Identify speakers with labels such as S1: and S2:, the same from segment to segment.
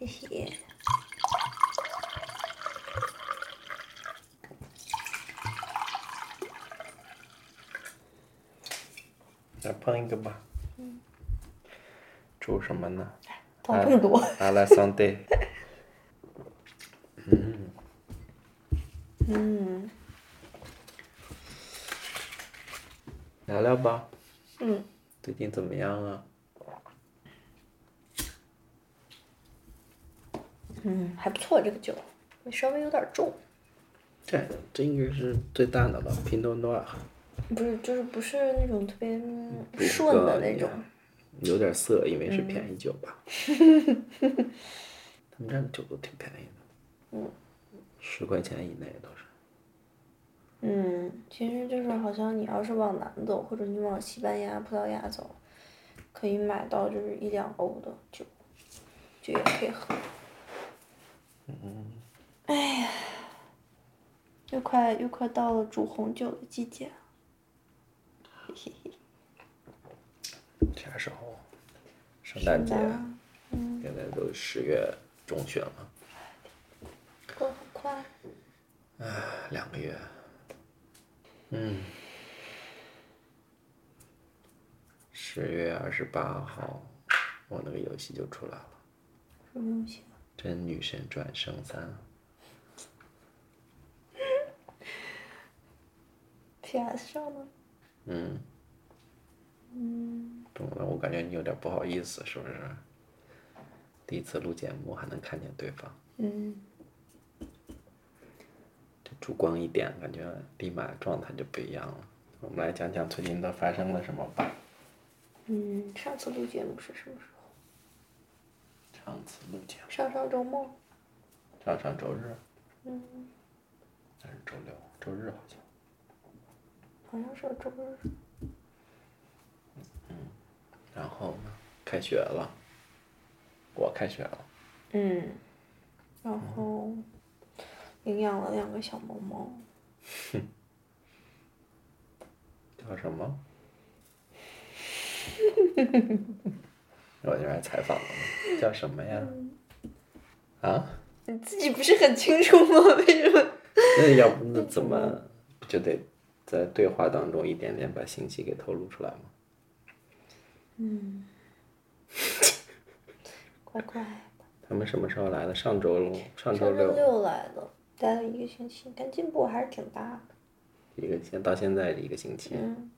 S1: 些。
S2: 来碰一个吧。煮什么呢？
S1: 头痛多，
S2: 阿拉桑德。嗯，
S1: 嗯
S2: 聊聊吧，
S1: 嗯，
S2: 最近怎么样啊？
S1: 嗯，还不错，这个酒稍微有点重，
S2: 这这应该是最淡的了，拼多啊多
S1: 不是就是不是那种特别嗯
S2: 不
S1: 顺的
S2: 够
S1: 那
S2: 你
S1: 种。
S2: 有点涩，因为是便宜酒吧。
S1: 嗯
S2: 他们这儿的酒都挺便宜的，十块钱以内都是。
S1: 嗯，其实就是好像你要是往南走，或者你往西班牙、葡萄牙走，可以买到就是一两欧的酒，就也可以喝。哎呀，又快又快到了煮红酒的季节了，嘿嘿嘿，
S2: 啥时候？圣诞节
S1: 圣诞，
S2: 现在都十月中旬了，
S1: 过得好快。啊
S2: 两个月。嗯，十月二十八号，我那个游戏就出来了，
S1: 什么东西？
S2: 《真女神转生三》。
S1: PS 上吗？
S2: 嗯，懂了，我感觉你有点不好意思，是不是？第一次录节目还能看见对方，
S1: 嗯，
S2: 这烛光一点，感觉立马状态就不一样了。我们来讲讲最近都发生了什么吧。
S1: 嗯，上次录节目是什么时候？
S2: 上次录节目，
S1: 上上周末。
S2: 上上周日
S1: 嗯，
S2: 还是周六？周日好像。
S1: 好像是周日。
S2: 然后呢？开学了，我开学了。
S1: 嗯，然后领养了两个小猫猫，
S2: 叫什么？ 我这边采访了吗？叫什么呀？啊？
S1: 你自己不是很清楚吗？为什么？
S2: 那要不那怎么就得在对话当中一点点把信息给透露出来吗？
S1: 嗯，乖乖，
S2: 他们什么时候来的？上周喽，上周
S1: 上周
S2: 六，
S1: 六来了，待了一个星期，但进步还是挺大的。
S2: 一个现到现在一个星期，
S1: 嗯，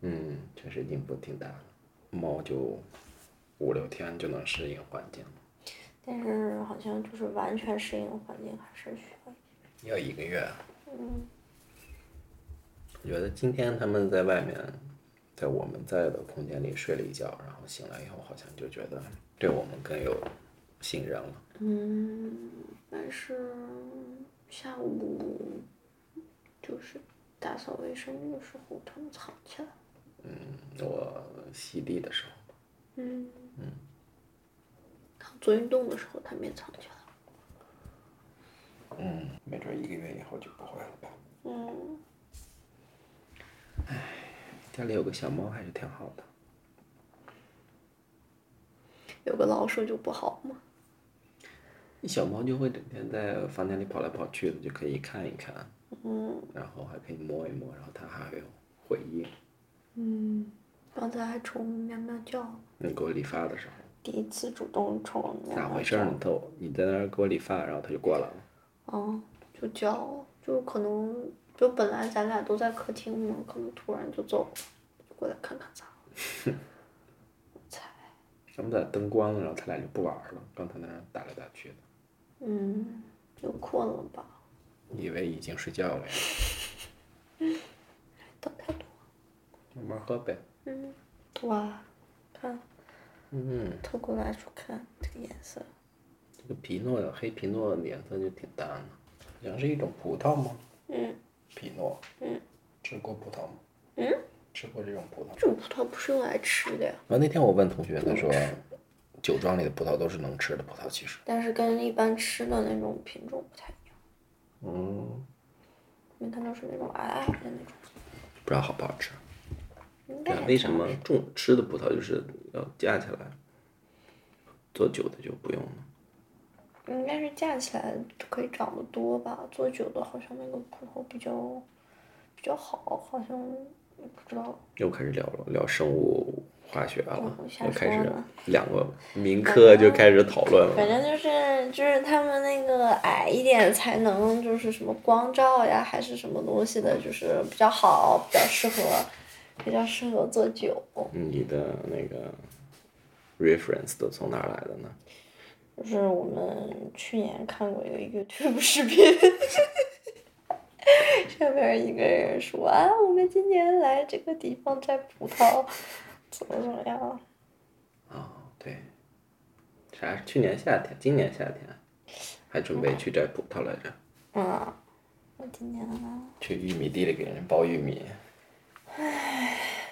S2: 嗯，确实进步挺大的。猫就五六天就能适应环境了，
S1: 但是好像就是完全适应环境还是需要。
S2: 要一个月。
S1: 嗯
S2: 我觉得今天他们在外面，在我们在的空间里睡了一觉，然后醒来以后好像就觉得对我们更有信任了。
S1: 嗯，但是下午就是打扫卫生的时候，他们吵起来了。
S2: 我洗地的时候。
S1: 嗯，做运动的时候他们也藏起来了。
S2: 嗯，没准一个月以后就不会了吧。
S1: 嗯，
S2: 家里有个小猫还是挺好的。
S1: 有个老鼠就不好嘛。
S2: 小猫就会整天在房间里跑来跑去的，就可以看一看，
S1: 嗯
S2: 然后还可以摸一摸，然后它还有回应。
S1: 嗯，刚才还宠喵喵叫，
S2: 你给我理发的时候，
S1: 第一次主动宠喵
S2: 咋
S1: 喵
S2: 回事儿
S1: 叫
S2: 呢？。它你在那儿给我理发，然后它就过来了。
S1: 嗯，就叫，就可能就本来咱俩都在客厅嘛，可能突然就走了，就过来看看咋了。猜，
S2: 咱们把灯关了，然后它俩就不玩儿了。刚才在那儿打来打去的，
S1: 嗯，又困了吧？
S2: 以为已经睡觉了呀。
S1: 等太多。
S2: 慢慢喝呗。
S1: 嗯，哇，看
S2: 嗯，
S1: 透过来处看这个颜色。
S2: 这个皮诺黑皮诺的颜色就挺淡的，好像是一种葡萄吗？
S1: 嗯。
S2: 皮诺。
S1: 嗯。
S2: 吃过葡萄吗？
S1: 嗯。
S2: 吃过这种葡萄吗
S1: 这种葡萄不是用来吃的呀，
S2: 然后啊那天我问同学，他说，酒庄里的葡萄都是能吃的葡萄，其实。
S1: 但是跟一般吃的那种品种不太一样，
S2: 嗯，
S1: 因为它都是那种矮矮的那种。
S2: 不知道好不好吃。
S1: 应
S2: 对啊
S1: 该，
S2: 为什么种吃的葡萄就是要架起来，做酒的就不用了？
S1: 应该是架起来可以涨得多吧，做酒的好像那个葡萄比较比较好，好像不知道
S2: 又开始聊了，聊生物化学了
S1: 嗯，瞎
S2: 又开
S1: 说
S2: 始
S1: 了
S2: 两个民科就开始讨论
S1: 反
S2: 了。
S1: 正就是就是他们那个矮一点才能就是什么光照呀，还是什么东西的，就是比较好，比较适合，比较适合做酒。
S2: 嗯你的那个 reference 都从哪儿来的呢？
S1: 就是我们去年看过一个 YouTube 视频，上面一个人说啊，我们今年来这个地方摘葡萄，怎么怎么样？
S2: 啊、对，啥？去年夏天，今年夏天还准备去摘葡萄来着，
S1: 嗯，我今年啊，
S2: 去玉米地里给人剥玉米，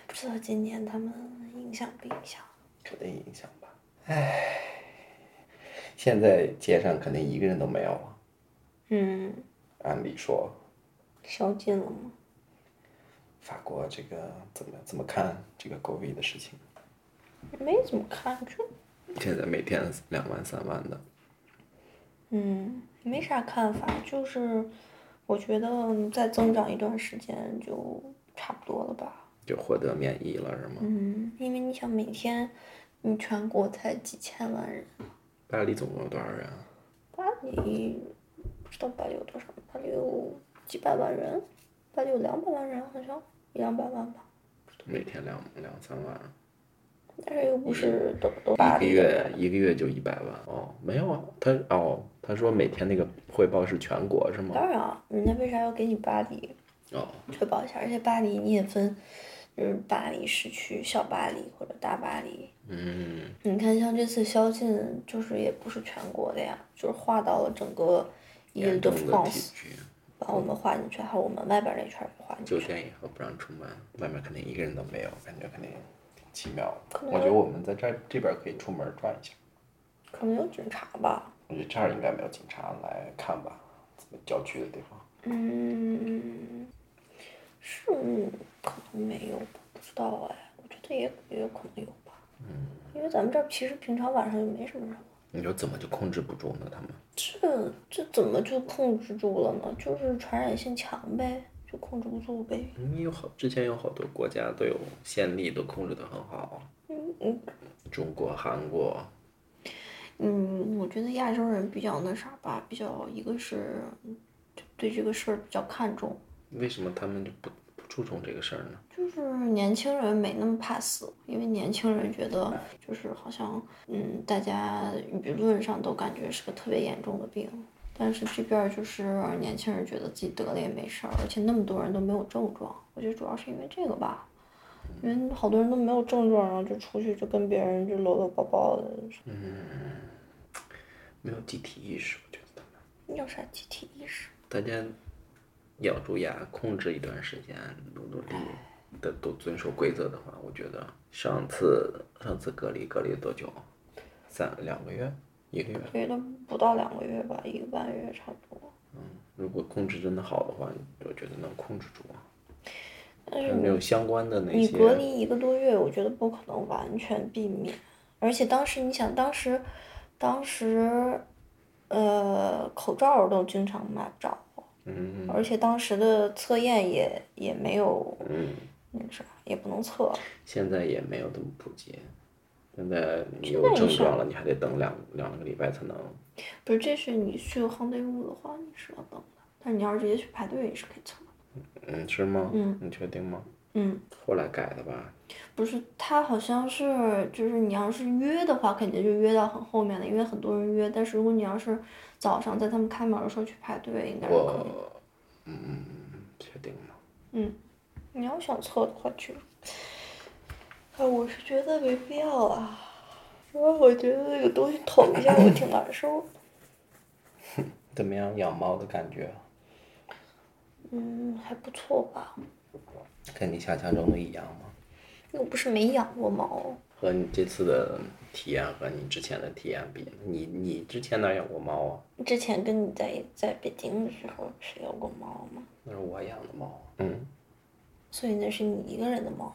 S1: 不知道今年他们影响不影响？
S2: 肯定影响吧。唉，现在街上肯定一个人都没有了，
S1: 嗯，
S2: 按理说。
S1: 宵禁了吗？
S2: 法国这个怎么怎么看这个 COVID 的事情？
S1: 没怎么看，就
S2: 现在每天两万三万的，
S1: 嗯，没啥看法，就是我觉得再增长一段时间就差不多了吧。
S2: 就获得免疫了是吗？
S1: 嗯，因为你想每天，你全国才几千万人，
S2: 巴黎总共有多少人啊？
S1: 巴黎不知道巴黎有多少，巴黎有几百万人，巴黎有两百万人好像，一两百万吧，
S2: 每天两两三万，啊
S1: 但是又不是都都巴
S2: 一个
S1: 黎的
S2: 月一个月就一百万哦？没有啊，他哦，他说每天那个汇报是全国是吗？
S1: 当然啊，人家为啥要给你巴黎
S2: 哦，
S1: 确保一下？而且巴黎你也分，就是巴黎市区、小巴黎或者大巴黎。
S2: 嗯，
S1: 你看，像这次宵禁，就是也不是全国的呀，就是划到了整个 Ile
S2: 严
S1: de
S2: 重的体
S1: France，
S2: 局，
S1: 把我们划进去，还有我们外边那圈儿也划进去。
S2: 九点以后不让出门，外面肯定一个人都没有，感觉肯定奇妙。
S1: 可能
S2: 我觉得我们在这儿这边可以出门转一下。
S1: 可能有警察吧。
S2: 我觉得这儿应该没有警察来看吧，郊区的地方。
S1: 嗯，是可能没有吧，不知道哎，我觉得也也有可能有吧。
S2: 嗯
S1: 因为咱们这儿其实平常晚上也没什么人。
S2: 你说怎么就控制不住呢？他们
S1: 这这怎么就控制住了呢？就是传染性强呗，就控制不住呗。
S2: 你嗯有好，之前有好多国家都有县例都控制得很好，
S1: 嗯嗯
S2: 中国、韩国，
S1: 嗯，我觉得亚洲人比较那啥吧，比较一个是就对这个事儿比较看重，
S2: 为什么他们就不不注重这个事儿呢？
S1: 就是年轻人没那么怕死，因为年轻人觉得就是好像，嗯，大家舆论上都感觉是个特别严重的病，但是这边儿就是年轻人觉得自己得了也没事儿，而且那么多人都没有症状，我觉得主要是因为这个吧，因为好多人都没有症状，然后就出去就跟别人就搂搂抱抱的，
S2: 没有集体意识，我觉得他们
S1: 要啥集体意识？
S2: 大家咬住牙控制一段时间，努努力
S1: 哎
S2: 的都遵守规则的话，我觉得上次上次隔离隔离多久？三两个月，一个月。
S1: 觉得不到两个月吧，一个半月差不多。
S2: 如果控制真的好的话，我觉得能控制住啊。
S1: 但是
S2: 有没有相关的那
S1: 你
S2: 些？
S1: 隔离一个多月，我觉得不可能完全避免。而且当时你想，当时，当时，呃，口罩都经常买不着，
S2: 嗯
S1: 而且当时的测验也也没有
S2: 嗯，
S1: 那啥，也不能测。
S2: 现在也没有这么普及。现在你有
S1: 现在也
S2: 症
S1: 是啊
S2: 状了，你还得等两两个礼拜才能。
S1: 不是，这是你去亨内屋的话，你是要等的。但是你要是直接去排队，也是可以测的。
S2: 嗯，是吗？
S1: 嗯，
S2: 你确定吗？
S1: 嗯，
S2: 后来改的吧？
S1: 不是，他好像是就是你要是约的话，肯定就约到很后面了，因为很多人约。但是如果你要是早上在他们开门的时候去排队，应该是可以的。
S2: 我，嗯，确定吗？
S1: 你要想测的话就，啊，我是觉得没必要啊，因为我觉得那个东西捅一下我挺难受。
S2: 怎么样，养猫的感觉
S1: 嗯，还不错吧，
S2: 跟你想象中的一样吗？
S1: 又不是没养过猫。
S2: 和你这次的体验和你之前的体验比，你你之前哪养过猫啊？
S1: 之前跟你在在北京的时候不是有过猫吗？
S2: 那是我养的猫。嗯，
S1: 所以那是你一个人的猫。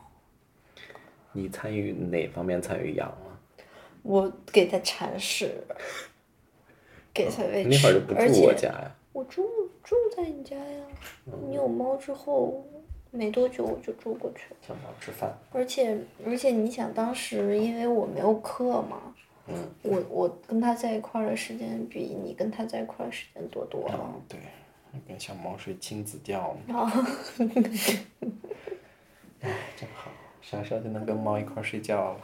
S2: 你参与啊哪方面参与养了？
S1: 我给它铲屎，给才喂
S2: 哦那会儿就
S1: 吃
S2: 不，
S1: 而
S2: 住我
S1: 且
S2: 家哦呀，
S1: 我住住在你家呀，你有猫之后没多久我就住过去了，
S2: 想不到吃饭。
S1: 而且而且你想当时因为我没有课嘛，
S2: 嗯，
S1: 我我跟他在一块儿的时间比你跟他在一块儿的时间多多了，
S2: 哦对，跟小猫睡亲子觉嘛，
S1: 然后
S2: 真哎好，啥时候就能跟猫一块儿睡觉了？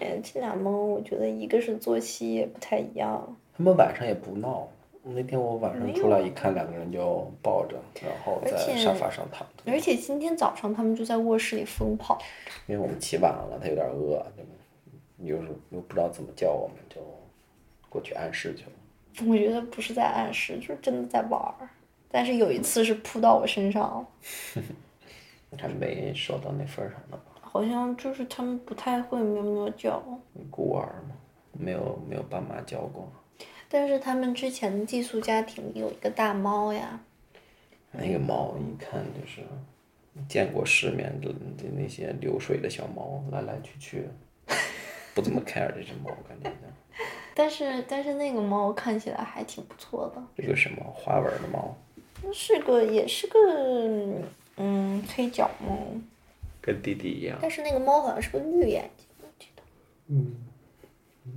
S1: 哎这俩猫我觉得一个是作息也不太一样，
S2: 他们晚上也不闹。那天我晚上
S1: 没
S2: 出
S1: 有
S2: 来
S1: 啊
S2: 一看，两个人就抱着，然后
S1: 而
S2: 在
S1: 且
S2: 沙发上躺着。
S1: 而且今天早上他们就在卧室里疯跑，
S2: 因为我们起晚了，他有点饿，就又是又不知道怎么叫我们，就过去暗示去了。
S1: 我觉得不是在暗示，就是真的在玩儿。但是有一次是扑到我身上，
S2: 还没说到那份儿上呢吧？
S1: 好像就是他们不太会喵喵叫，
S2: 你孤儿嘛，没有没有爸妈教过。
S1: 但是他们之前的寄宿家庭里有一个大猫呀，
S2: 那个猫一看就是见过世面的的那些流水的小猫，来来去去，不怎么 care 这只猫，感觉像
S1: 但是但是那个猫看起来还挺不错的，
S2: 这个什么花纹的猫，
S1: 是个也是个嗯黑脚猫，
S2: 跟弟弟一样。
S1: 但是那个猫好像是个绿眼睛，我记得，
S2: 嗯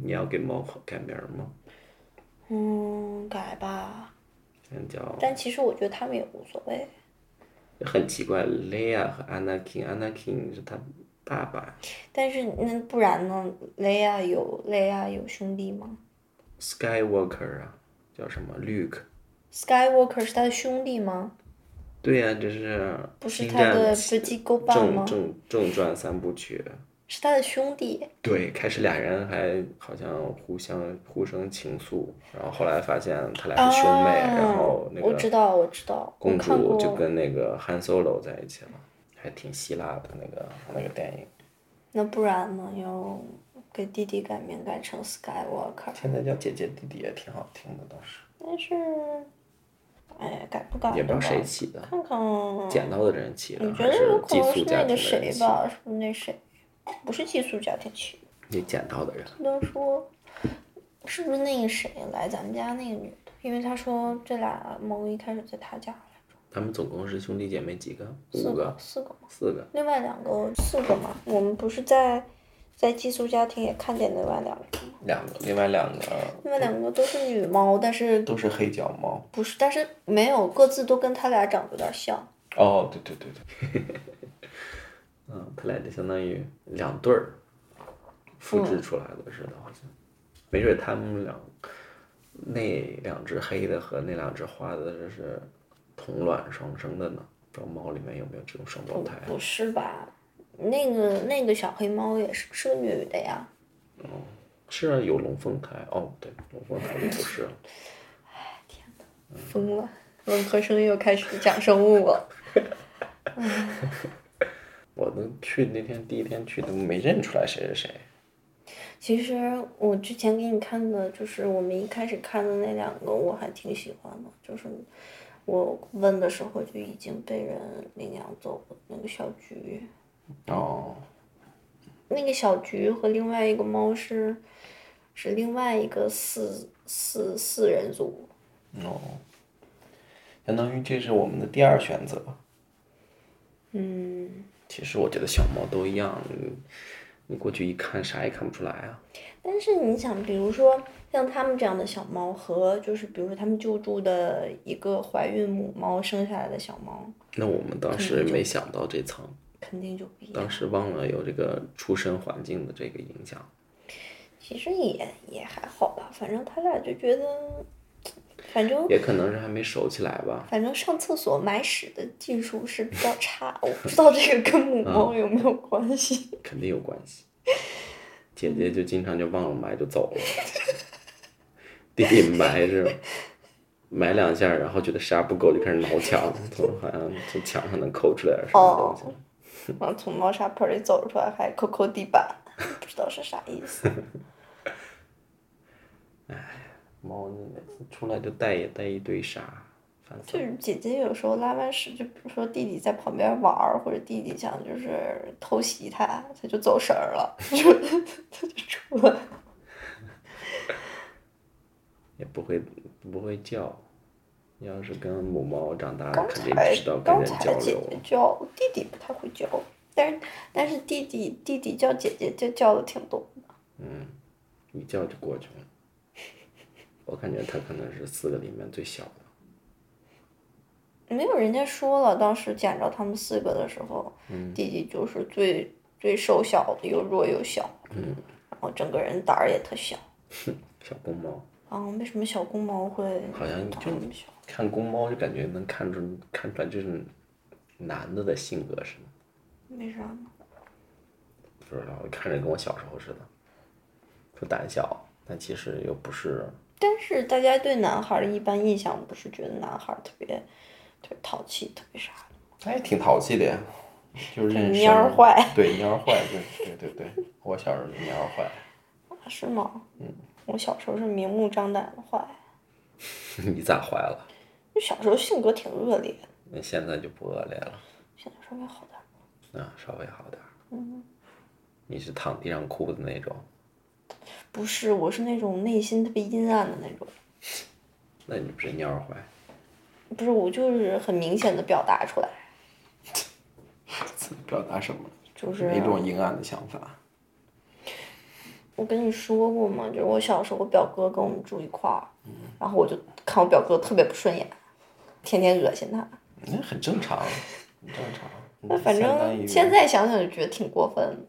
S2: 你要给猫改名儿吗？
S1: 嗯改吧，
S2: 先叫
S1: 但其实我觉得他们也无所谓，
S2: 很奇怪，Leia 和 Anakin，Anakin 是他爸爸
S1: 但是那不然呢？雷亚有雷亚有兄弟吗？
S2: ，Skywalker 啊，叫什么 Luke？
S1: Skywalker 是他的兄弟吗？
S2: 对呀、这是
S1: 不是
S2: 星
S1: 他的
S2: 战
S1: b r i g i g o b a
S2: 正
S1: 吗？
S2: 正正传三部曲。
S1: 是他的兄弟。
S2: 对，开始俩人还好像互相互生情愫，然后后来发现他俩是兄妹，然后那
S1: 啊我知
S2: 个
S1: 道，我知道，我
S2: 公
S1: 看
S2: 主
S1: 过。
S2: 就跟那个 Han Solo 在一起了，还挺希腊的那个那个电影。
S1: 那不然呢？要给弟弟改名改成 Skywalker，
S2: 现在叫姐姐弟弟也挺好听的，倒是
S1: 但是，哎，改不改
S2: 也不知
S1: 吧
S2: 道谁起的，
S1: 看看，我
S2: 捡到的人起的，
S1: 嗯觉
S2: 还
S1: 得有可
S2: 寄
S1: 能
S2: 宿
S1: 是
S2: 家庭的
S1: 那个
S2: 人
S1: 谁
S2: 起的？
S1: 吧，是不是那谁？不是寄宿家庭去，
S2: 你捡到的人，
S1: 不能说，是不是那个谁来咱们家那个女的？因为他说这俩猫一开始在他家来着，
S2: 他们总共是兄弟姐妹几个？
S1: 四
S2: 五个，
S1: 四个吗？
S2: 四个。
S1: 另外两个四个嘛，我们不是在在寄宿家庭也看见另外两个，
S2: 两个，另外两个
S1: 另外两个都是女猫，但是
S2: 都是黑脚猫。
S1: 不是，但是没有各自都跟他俩长得有点像。
S2: 哦，对对对对， 嗯，他俩就相当于两对儿复制出来的似的，好像，没准他们俩那两只黑的和那两只花的这是同卵双生的呢，不知道猫里面有没有这种双胞胎？啊
S1: 不是吧？那个那个小黑猫也是是个女的呀，
S2: 是啊，有龙凤胎哦，对，龙凤胎就不是了，
S1: 疯了！文科生又开始讲生物了。
S2: 我都去那天第一天去都没认出来谁是谁，
S1: 其实我之前给你看的，就是我们一开始看的那两个，我还挺喜欢的。就是我问的时候就已经被人领养走了，那个小菊，
S2: 哦，
S1: 那个小菊和另外一个猫是是另外一个四四四人组，
S2: 哦，相当于这是我们的第二选择。
S1: 嗯，
S2: 其实我觉得小猫都一样，你你过去一看啥也看不出来啊。
S1: 但是你想，比如说像他们这样的小猫和就是比如说他们救助的一个怀孕母猫生下来的小猫，
S2: 那我们当时没想到这层，
S1: 肯定就不一样。
S2: 当时忘了有这个出身环境的这个影响。
S1: 其实也也还好吧，反正他俩就觉得，反正
S2: 也可能是还没熟起来吧。
S1: 反正上厕所埋屎的技术是比较差，我不知道这个跟母
S2: 嗯
S1: 猫有没有关系。
S2: 肯定有关系。姐姐就经常就忘了埋就走了， 弟弟埋是埋两下，然后觉得啥不够就开始挠墙，从好像从墙上能抠出来点什么东西。
S1: 然后从猫砂盆里走出来还抠抠地板， 不知道是啥意思。
S2: 猫每次出来就带也带一堆沙，烦死
S1: 就
S2: 了。
S1: 是姐姐有时候拉完屎，就比如说弟弟在旁边玩儿，或者弟弟想就是偷袭他，他就走神儿了，就他就出来了。
S2: 也不会不会叫。要是跟母猫长大了，
S1: 刚
S2: 啊肯定
S1: 才
S2: 知道跟
S1: 刚
S2: 人交
S1: 才姐
S2: 流
S1: 姐
S2: 了。
S1: 叫弟弟不太会叫，但是但是弟弟弟弟叫姐姐就叫的挺多。
S2: 嗯，一叫就过去了。 我感觉它可能是四个里面最小的。
S1: 没有人家说了，当时捡着他们四个的时候，
S2: 嗯
S1: 弟弟就是最最瘦小的，又弱又小，
S2: 嗯，
S1: 然后整个人胆儿也特小。
S2: 小公猫，
S1: 啊，为什么小公猫会
S2: 好像
S1: 长
S2: 就
S1: 那么小？
S2: 看公猫就感觉能看出看出来就是男的的性格是吗？
S1: 为啥呢？
S2: 不知道，我看着跟我小时候似的，说胆小，但其实又不是。
S1: 但是大家对男孩儿的一般印象不是觉得男孩儿特别特别淘气，特别啥的，
S2: 他也挺淘气的呀，就是
S1: 就
S2: 认
S1: 是 蔫儿
S2: 生
S1: 坏，
S2: 对蔫儿坏，对对对对，我小时候就蔫儿坏。
S1: 啊是吗？嗯，我小时候是明目张胆的坏，
S2: 你咋坏了？
S1: 就小时候性格挺恶劣的，
S2: 那现在就不恶劣了，
S1: 现在稍微好点儿。
S2: 啊，稍微好点。嗯。你是躺地上哭的那种，
S1: 不是，我是那种内心特别阴暗的那种。
S2: 那你不是蔫儿坏？
S1: 不是，我就是很明显的表达出来，
S2: 表达什么？
S1: 就是啊
S2: 阴暗的想法。
S1: 我跟你说过嘛，就是我小时候我表哥跟我们住一块儿，
S2: 嗯
S1: 然后我就看我表哥特别不顺眼，天天恶心他。
S2: 那很正常， 很正常。
S1: 那反
S2: 嗯相当
S1: 正
S2: 于
S1: 现在想想就觉得挺过分的。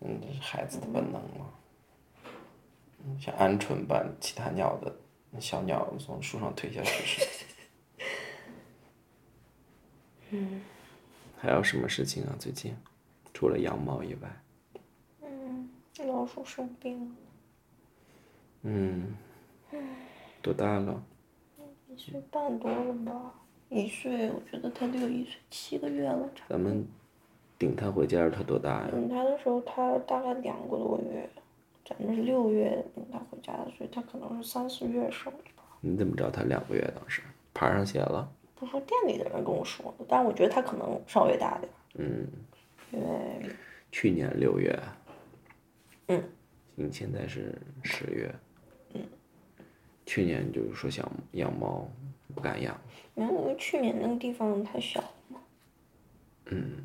S2: 嗯，这是孩子的本能嘛。嗯像鹌鹑把其他鸟的小鸟从树上推下去是。 嗯。还有什么事情啊？最近，除了养猫以外，
S1: 老鼠生病了，
S2: 嗯，多大了？
S1: 一岁半多了吧？一岁，我觉得它得有一岁七个月了。差不多
S2: 咱们领它回家时它多大呀？
S1: 领它的时候，它大概两个多月，咱们是六月领它回家的，所以它可能是三四月生的吧。
S2: 你怎么知道它两个月当时爬上鞋了？
S1: 不是店里的人跟我说的，但是我觉得它可能稍微大点儿，
S2: 嗯，
S1: 因为
S2: 去年六月。
S1: 嗯。
S2: 你现在是十月。去年就是说想养猫，不敢养。
S1: 没有，因为去年那个地方太小了嘛。嗯。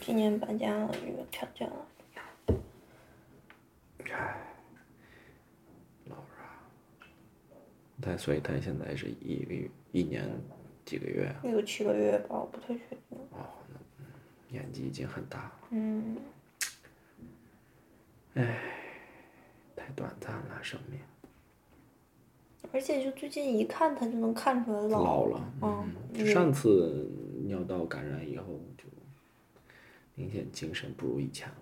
S1: 今年搬家了，有条件了。
S2: 但所以它现在是一个月一年几个月，
S1: 六七个月吧，我不太确定。
S2: 年纪已经很大了。
S1: 嗯，
S2: 太短暂了，生命
S1: 而且就最近一看他就能看出来老。
S2: 老了。
S1: 嗯，
S2: 就上次尿道感染以后，就明显精神不如以前了，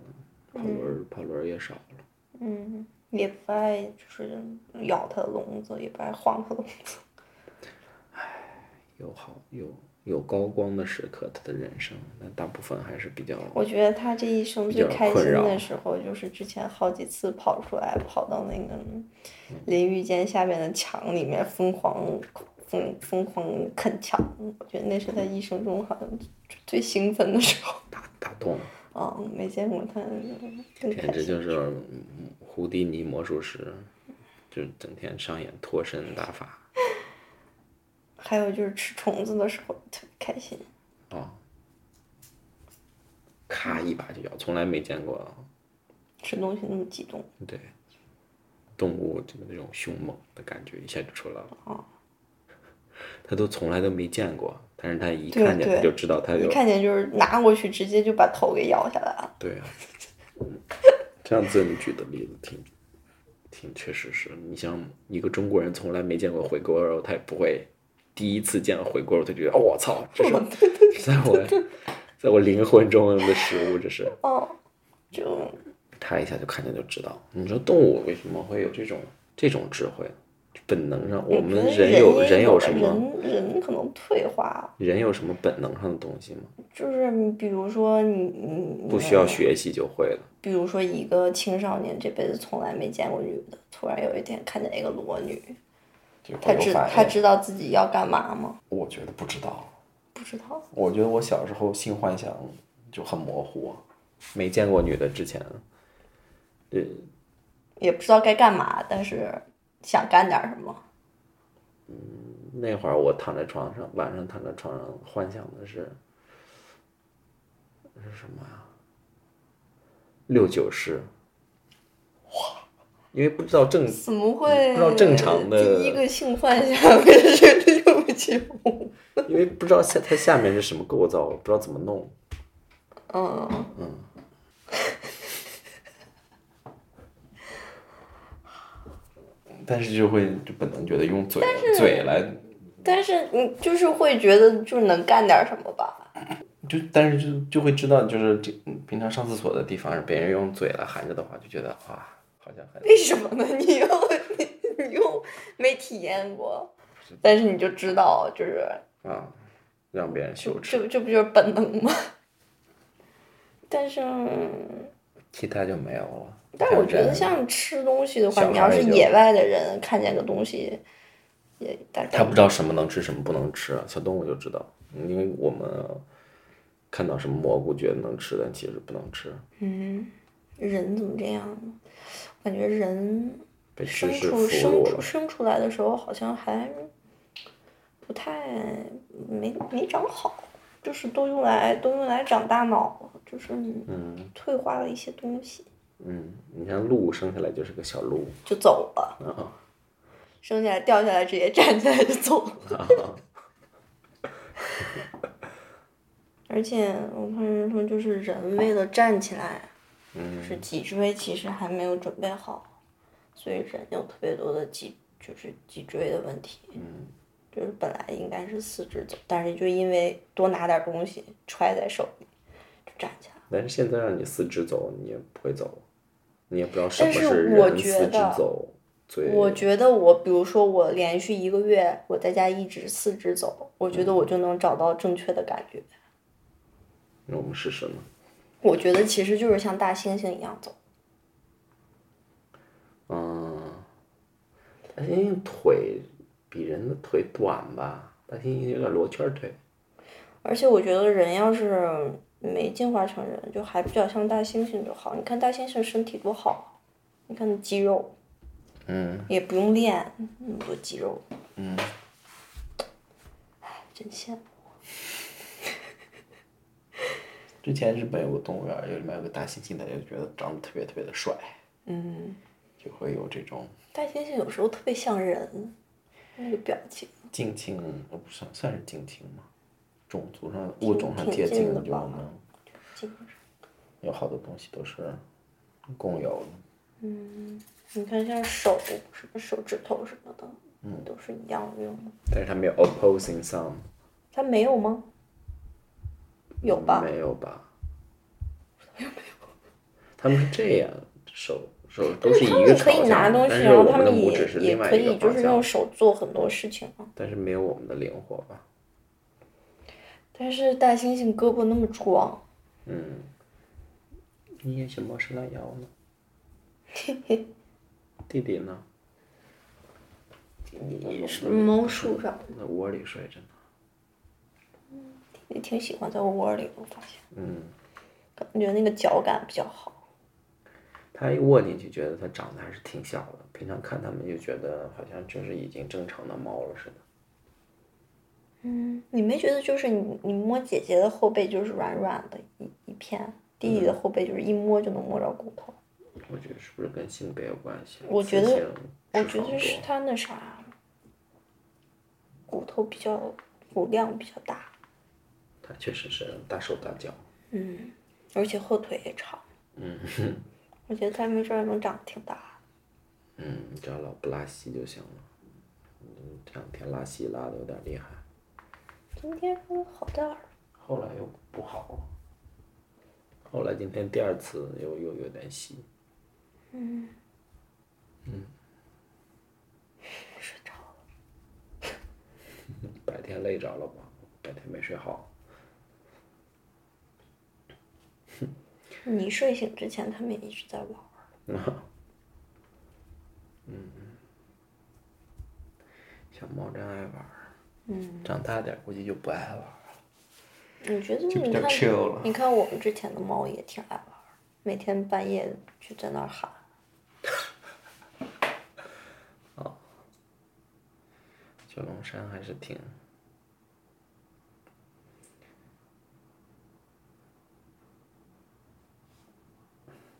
S2: 跑轮儿跑轮儿也少了。
S1: 嗯，也不爱就是咬它笼子，也不爱晃它笼子。
S2: 有好有有高光的时刻，他的人生，但大部分还是比较
S1: 我觉得他这一生
S2: 比
S1: 最
S2: 较
S1: 开
S2: 困
S1: 心
S2: 扰
S1: 的时候，就是之前好几次跑出来，跑到那个淋浴间下面的墙里面疯狂疯疯狂啃墙。我觉得那是他一生中好像最兴奋的时候。
S2: 打打动。
S1: 啊，没见过他更
S2: 简
S1: 开
S2: 直
S1: 心。
S2: 就是嗯胡迪尼魔术师，就整天上演脱身大法
S1: 还有就是吃虫子的时候特别开心。
S2: 啊、咔一把就咬，从来没见过。
S1: 吃东西那么激动，
S2: 对，动物就那种凶猛的感觉一下就出来
S1: 哦
S2: 了。 他都从来都没见过，但是他一
S1: 对
S2: 看见他
S1: 对
S2: 就知道他
S1: 一
S2: 有
S1: 看见就是拿过去，直接就把头给咬下来了。
S2: 对啊，上次你举的例子挺挺确实是，你像一个中国人从来没见过回锅肉，他也不会第一次见回锅肉，他就觉得哦我操，这 是在我在我灵魂中的食物，这是
S1: 哦，就
S2: 他一下就看见就知道。你说动物为什么会有这种这种智慧？本能上，我们
S1: 觉得哎人
S2: 有
S1: 也
S2: 人有什么
S1: 人人可能退化，
S2: 人有什么本能上的东西吗？
S1: 就是你比如说你你
S2: 不需要，学习就会了。
S1: 比如说一个青少年这辈子从来没见过女的，突然有一天看见一个裸女，他知他知道自己要干嘛吗？
S2: 我觉得不知道。
S1: 不知道，
S2: 我觉得我小时候性幻想就很模糊，没见过女的之前，对，
S1: 也不知道该干嘛，但是想干点什么？
S2: 那会儿我躺在床上，晚上躺在床上幻想的是是什么呀？六九式，哇！因为不知道正
S1: 怎么会？
S2: 嗯不知道正常的
S1: 第一个性幻想 是六九，
S2: 因为不知道下它下面是什么构造，不知道怎么弄。
S1: 嗯，
S2: 但是就会就本能觉得用嘴嘴来
S1: 但是你就是会觉得就能干点什么吧？
S2: 就，但是就就会知道，就是这平常上厕所的地方，别人用嘴来含着的话，就觉得哇，好像很
S1: 为什么呢？你又你你又没体验过，但是你就知道，就是
S2: 啊，让别人羞耻。
S1: 这这不就是本能吗？ 但是，
S2: 其他就没有了。
S1: 但是
S2: 还
S1: 我
S2: 有
S1: 觉得
S2: 这样的
S1: 像吃东西的话，
S2: 小
S1: 你要
S2: 孩
S1: 是
S2: 儿就
S1: 野外的人看见个东西，也大概
S2: 他不知道什么能吃，什么不能吃，小动物就知道，因为我们看到什么蘑菇觉得能吃，但其实不能吃，
S1: 嗯，人怎么这样呢？我感觉人
S2: 被知
S1: 生
S2: 识
S1: 出
S2: 俘
S1: 生
S2: 虏
S1: 出
S2: 了。
S1: 生出来的时候，好像还不太没没长好，就是都用来都用来长大脑，就是你
S2: 嗯
S1: 退化了一些东西，
S2: 嗯，你看鹿生下来就是个小鹿
S1: 就走了，
S2: 啊，
S1: 生下来掉下来直接站起来就走了。
S2: 啊
S1: 而且我看人说，就是人为了站起来，就
S2: 嗯
S1: 是脊椎其实还没有准备好，所以人有特别多的脊就是脊椎的问题。
S2: 嗯，
S1: 就是本来应该是四肢走，但是就因为多拿点东西揣在手里，就站起来了。
S2: 但是现在让你四肢走，你也不会走，你也不知道什么
S1: 但是
S2: 是
S1: 我
S2: 人
S1: 觉
S2: 四肢
S1: 得
S2: 走。最
S1: 我觉得我，比如说我连续一个月我在家一直四肢走，我
S2: 嗯
S1: 觉得我就能找到正确的感觉。
S2: 那我们试试呢？
S1: 我觉得其实就是像大猩猩一样走，
S2: 嗯，大猩猩腿比人的腿短吧？大猩猩有点罗圈腿。
S1: 而且我觉得人要是没进化成人，就还比较像大猩猩就好。你看大猩猩身体多好啊，你看肌肉
S2: 嗯
S1: 也不用练，那么多肌肉，
S2: 嗯，
S1: 真羡慕。
S2: 之前日本有个动物园儿，有里面有个大猩猩，大家就觉得长得特别特别的帅，
S1: 嗯。
S2: 就会有这种
S1: 大猩猩有时候特别像人，那个表情
S2: 近亲，呃不算算是近亲吗？种族上物种上
S1: 挺
S2: 接
S1: 近
S2: 近
S1: 的
S2: 就
S1: 吧
S2: 能
S1: 基本上。
S2: 有好多东西都是共有的。
S1: 嗯，你看像手，什么手指头什么的，
S2: 嗯
S1: 都是一样用的。
S2: 但是它没有 opposing sum，
S1: 它没有吗？有吧？
S2: 没有吧？他们是这样，手手都是一
S1: 他们
S2: 个
S1: 可以
S2: 朝
S1: 拿
S2: 向
S1: 东
S2: 的，但
S1: 西，
S2: 是
S1: 然后
S2: 我
S1: 他
S2: 们的
S1: 们
S2: 拇
S1: 也
S2: 指是
S1: 也
S2: 另外
S1: 可
S2: 一个
S1: 以就
S2: 方
S1: 是
S2: 向
S1: 用，手做很多事情啊。
S2: 但是没有我们的灵活吧？
S1: 但是大猩猩胳膊那么壮，
S2: 嗯，你也什么是那摇呢？
S1: 嘿 嘿，
S2: 弟弟呢？你
S1: 是猫树上，
S2: 那窝里睡着呢。
S1: 也挺喜欢在窝里，我发现
S2: 嗯，
S1: 感觉那个脚感比较好。
S2: 它一窝进去，觉得它长得还是挺小的。平常看它们就觉得好像就是已经正常的猫了似的。
S1: 嗯，你没觉得就是你你摸姐姐的后背就是软软的一一片，弟弟的
S2: 嗯
S1: 后背就是一摸就能摸着骨头。
S2: 我觉得是不是跟性别有关系？
S1: 我觉得
S2: 雌性
S1: 我
S2: 脂
S1: 觉
S2: 肪
S1: 得是
S2: 多
S1: 他那啥，骨头比较骨量比较大，
S2: 它确实是大手大脚。
S1: 嗯，而且后腿也长，
S2: 嗯
S1: 我觉得他没准儿能长得挺大的。
S2: 嗯，只要老不拉稀就行了。嗯，这两天拉稀拉的有点厉害，
S1: 今天稍微好点儿，
S2: 后来又不好了。后来今天第二次又又有点稀。
S1: 嗯，嗯， 睡着了。
S2: 白天累着了吧？白天没睡好。
S1: 你睡醒之前，他们也一直在玩儿。
S2: 嗯，小猫真爱玩儿，
S1: 嗯，
S2: 长大点儿估计就不爱玩儿了。
S1: 你觉得
S2: 就比
S1: 你
S2: 较
S1: 看
S2: chill 了
S1: 你看我们之前的猫也挺爱玩儿，每天半夜就在那儿喊。
S2: 哦，九龙山还是挺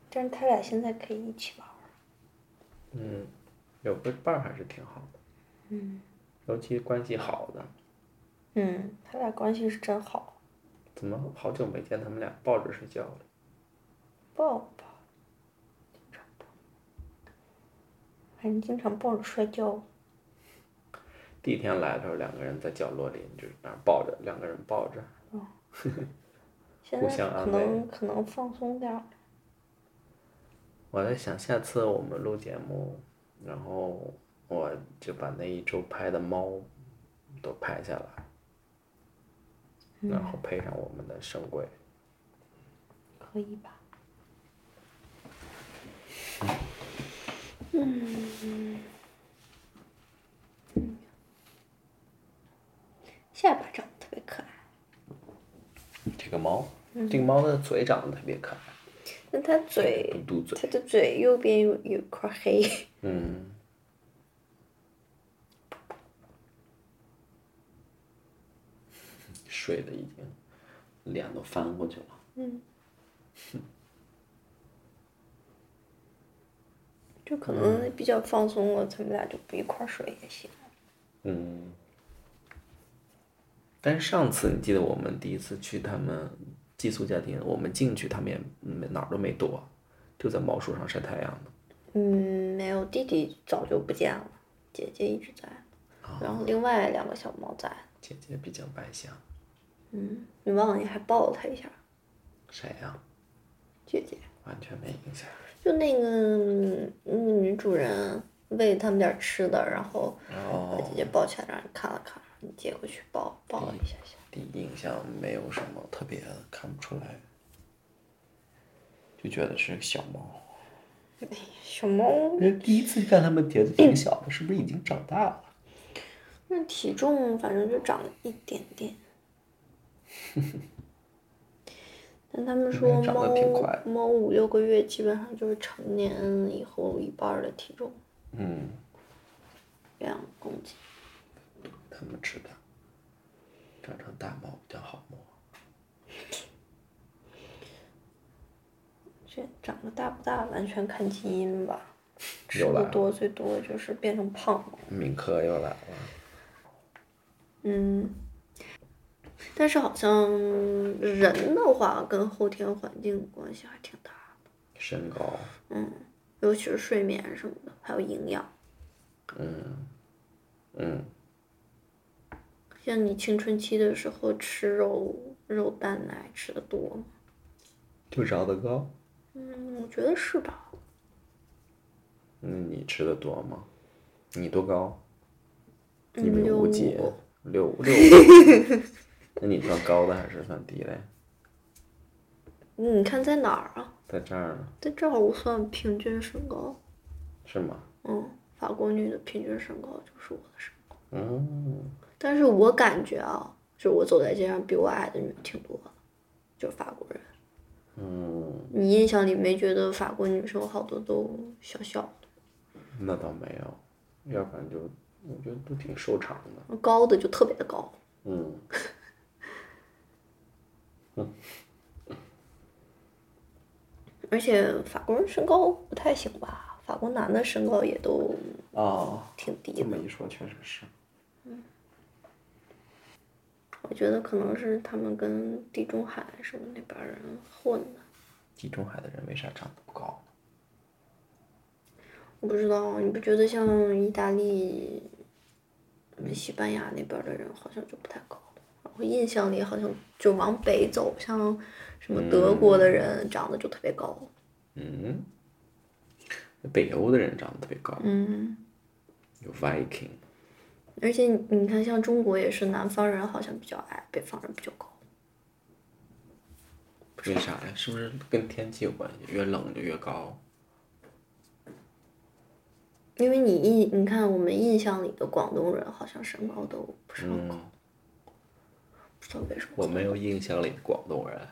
S1: 但是他俩现在可以一起玩儿。
S2: 嗯，有个伴儿还是挺好的，
S1: 嗯
S2: 尤其关系好的，
S1: 嗯，他俩关系是真好，
S2: 怎么好久没见他们俩抱着睡觉了？
S1: 抱抱，经常抱，还是经常抱着摔跤。
S2: 第一天来的时候，两个人在角落里，你就是那儿抱着，两个人抱着，
S1: 现
S2: 互
S1: 在
S2: 相
S1: 可
S2: 安慰
S1: 能可能放松点儿，
S2: 我在想，下次我们录节目，然后我就把那一周拍的猫都拍下来，
S1: 嗯
S2: 然后配上我们的声轨，
S1: 可以吧？嗯，下巴长得特别可爱，
S2: 这个猫，
S1: 嗯
S2: 这个猫的嘴长得特别可爱，
S1: 那它嘴
S2: 嘟嘟嘴，
S1: 它的嘴右边有有一块 黑，
S2: 嗯，睡的已经脸都翻过去了，
S1: 嗯，就可能比较放松了，他们俩就不一块儿睡也行。
S2: 嗯。但是上次你记得我们第一次去他们寄宿家庭，我们进去他们也没哪儿都没躲，就在毛树上晒太阳呢。
S1: 嗯，没有，弟弟早就不见了，姐姐一直在，然后另外两个小猫在。
S2: 姐姐比较外向，
S1: 嗯，你忘了你还抱了它一下，
S2: 谁呀、
S1: 姐姐。
S2: 完全没印象。
S1: 就那个嗯女主人喂他们点儿吃的，然后把
S2: 哦嗯
S1: 姐，姐抱起来让你看了看，你接过去抱抱了一下下。
S2: 第一印象没有什么特别的，看不出来，就觉得是个小猫。
S1: 小猫
S2: 因为第一次看他们碟子挺小的，是不是已经长大了？
S1: 那体重反正就长了一点点。但他们说
S2: 应该 长得挺
S1: 猫
S2: 快的
S1: 猫五六个月基本上就是成年以后一半儿的体重，
S2: 嗯，
S1: 两公斤。
S2: 他们知道，长成大猫比较好摸。
S1: 这长得大不大完全看基因吧，吃
S2: 又来
S1: 的
S2: 了
S1: 多最多就是变成胖了。
S2: 敏科又来了，
S1: 嗯，但是好像人的话跟后天环境关系还挺大，
S2: 身高，
S1: 尤其是睡眠什么的，还有营养。
S2: 嗯，嗯，
S1: 像你青春期的时候吃肉肉蛋奶吃的多吗，
S2: 就长得高。
S1: 嗯，我觉得是吧？
S2: 嗯，你吃的多吗？你多高？
S1: 嗯
S2: 一米
S1: 六
S2: 五
S1: 五
S2: 几？六六？ 那你算高的还是算低的呀？
S1: 你看在哪儿啊？
S2: 在这儿呢，
S1: 在这儿我算平均身高，
S2: 是吗？
S1: 嗯，法国女的平均身高就是我的身高，
S2: 嗯，
S1: 但是我感觉啊，就是我走在街上比我矮的女的挺多的，就是法国人。
S2: 嗯，
S1: 你印象里没觉得法国女生好多都小小
S2: 那倒没有，要不然就我觉得都挺瘦长的。
S1: 的，高的就特别的高。
S2: 嗯，
S1: 而且法国人身高不太行吧？法国男的身高也都
S2: 哦，
S1: 挺低
S2: 这
S1: 的，
S2: 么一说确实是。
S1: 我觉得可能是他们跟地中海什么那边儿人混的，
S2: 地中海的人为啥长得不高呢？
S1: 我不知道。你不觉得像意大利、嗯西班牙那边儿的人好像就不太高的？我印象里好像就往北走，像什么德国的人长得就特别高。
S2: 嗯，北欧的人长得特别高，
S1: 嗯。
S2: 有 Viking。
S1: 而且你你看，像中国也是，南方人好像比较矮，北方人比较高。
S2: 为啥呀？是不是跟天气有关系？越冷就越高。
S1: 因为你印，你看我们印象里的广东人好像身高都不是很高，
S2: 嗯，
S1: 不知道为什么。
S2: 我没有印象里的广东人。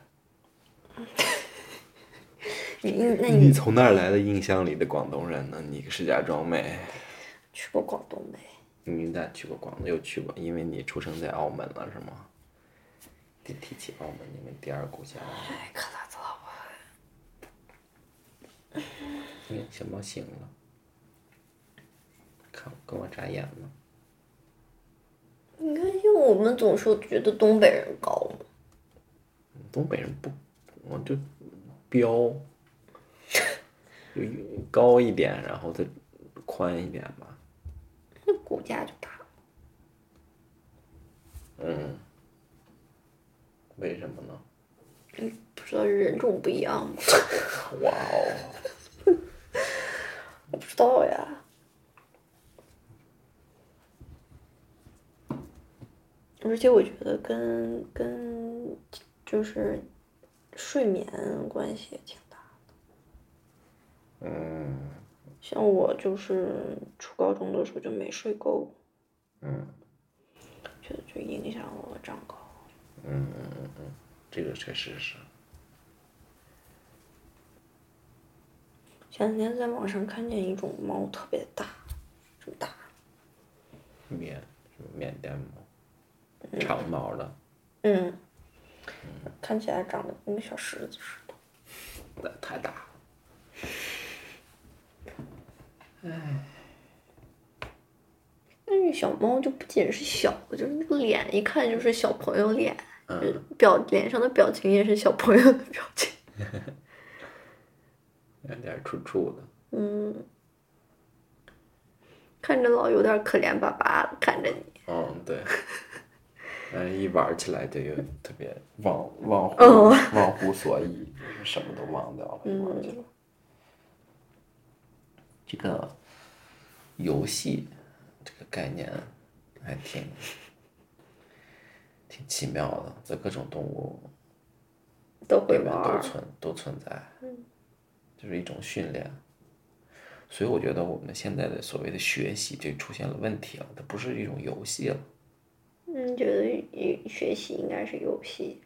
S1: 你印那
S2: 你
S1: 你
S2: 从哪儿来的印象里的广东人呢？你个石家庄妹，
S1: 去过广东没？
S2: 你咋去过广州？又去过，因为你出生在澳门了是吗？得提起澳门，你们第二故乡。
S1: 哎，可拉倒吧！
S2: 嗯，小猫醒了，看跟我眨眼了。
S1: 你看，像我们总说觉得东北人高嘛，
S2: 东北人不，我就彪，就高一点，然后再宽一点吧。
S1: 那骨架就大。
S2: 嗯，为什么呢？
S1: 不知道人种不一样吗？
S2: 哇哦，
S1: 我不知道呀。而且我觉得跟跟就是睡眠关系也挺大。
S2: 嗯
S1: 像我就是初高中的时候就没睡够，
S2: 嗯，
S1: 觉得就影响我长高。
S2: 这个确实是。
S1: 前两天在网上看见一种猫特别大，这么大，
S2: 缅什么缅甸猫，长毛的，
S1: 嗯，看起来长得跟个小石子似的。
S2: 那太大了。
S1: 但是小猫就不仅是小，就是那个脸一看就是小朋友脸，
S2: 嗯，
S1: 表脸上的表情也是小朋友的表情。
S2: 有点楚楚的。
S1: 嗯，看着老有点可怜巴巴的看着你。
S2: 嗯，对。但是一玩起来就有特别忘忘乎
S1: 哦
S2: 忘乎所以，什么都忘掉了，一
S1: 嗯
S2: 玩起来。这个游戏这个概念还挺挺奇妙的，在各种动物
S1: 都会
S2: 里面
S1: 玩
S2: 都
S1: 儿。
S2: 存都存在，就是一种训练。所以我觉得我们现在的所谓的学习就出现了问题了，它不是一种游戏了。
S1: 嗯，觉得学习应该是游戏。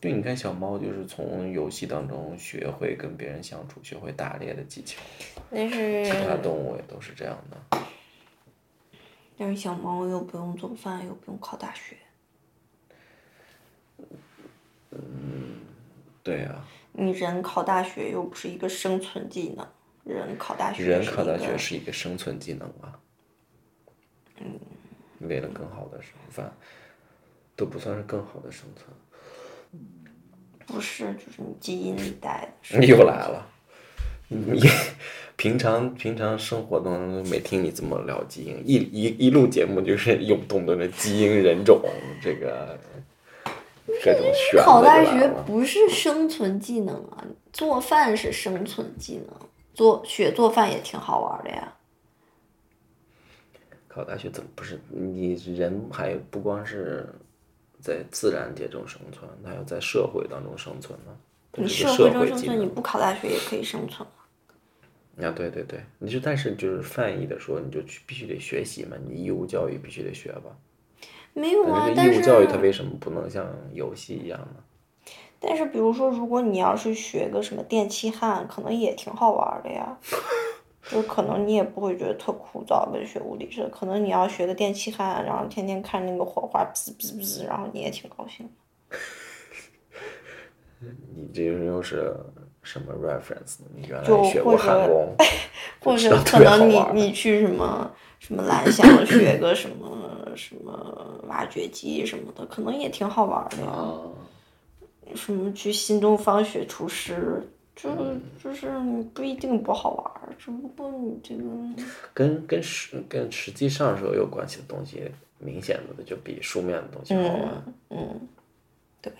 S2: 对，你看小猫就是从游戏当中学会跟别人相处，学会打猎的技巧，
S1: 但是
S2: 其他动物也都是这样的。
S1: 但是小猫又不用做饭，又不用考大学。
S2: 对呀、
S1: 你人考大学又不是一个生存技能，人考大学
S2: 人
S1: 是
S2: 考
S1: 一
S2: 大
S1: 个
S2: 学是一个生存技能啊。嗯。为了更好的生饭，都不算是更好的生存。
S1: 不是就是你基因里带的是
S2: 又来了，你平常平常生活当中没听你这么聊基因，一一一录节目就是用动动的基因人种这个。各种玄
S1: 考
S2: 的就
S1: 大
S2: 来
S1: 学
S2: 了
S1: 不是生存技能啊，做饭是生存技能，做学做饭也挺好玩的呀。
S2: 考大学怎么不是？你人还有不光是在自然界中生存，还要在社会当中生存呢。它
S1: 你
S2: 是个社
S1: 社会中
S2: 会
S1: 生
S2: 技
S1: 存，你
S2: 能
S1: 不考大学也可以生存。
S2: 啊，对对对，你就但是就是泛义的说，你就去必须得学习嘛，你义务教育必须得学吧。
S1: 没有
S2: 那
S1: 啊，
S2: 这
S1: 但
S2: 个义务教育它
S1: 是
S2: 为什么不能像游戏一样呢？
S1: 但是，比如说，如果你要是学个什么电气焊，可能也挺好玩 的呀。就是可能你也不会觉得特枯燥，文学物理这，可能你要学个电气焊，然后天天看那个火花滋滋滋，然后你也挺高兴。
S2: 你这又是什么 reference 呢？你原
S1: 就
S2: 来学过
S1: 或者
S2: 焊工，
S1: 或
S2: 就知
S1: 者
S2: 道特
S1: 可
S2: 别好
S1: 能你
S2: 玩儿
S1: 你去什么什么蓝翔学个什么什么挖掘机什么的，可能也挺好玩的呀。
S2: 啊，
S1: 什么去新东方学厨师，就
S2: 嗯
S1: 就是你不一定不好玩儿，只不过你这个
S2: 跟跟实跟实际上手有关系的东西，明显的就比书面的东西好玩。
S1: 嗯嗯，对。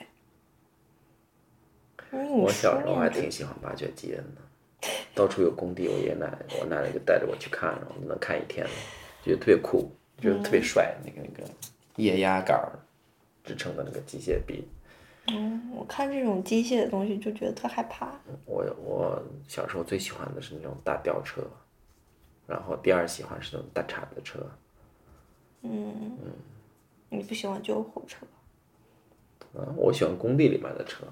S1: 因为你
S2: 我
S1: 书
S2: 小时候还
S1: 面就
S2: 挺喜欢挖掘机的呢，到处有工地，我爷爷奶奶，我奶奶就带着我去看，然后就能看一天，觉得特别酷，觉得特
S1: 嗯
S2: 别帅，那个那个液压杆儿支撑的那个机械臂。
S1: 嗯，我看这种机械的东西就觉得特害怕。
S2: 我我小时候最喜欢的是那种大吊车，然后第二喜欢是那种大铲子车，
S1: 嗯，你不喜欢救护车？
S2: 嗯啊，我喜欢工地里面的车，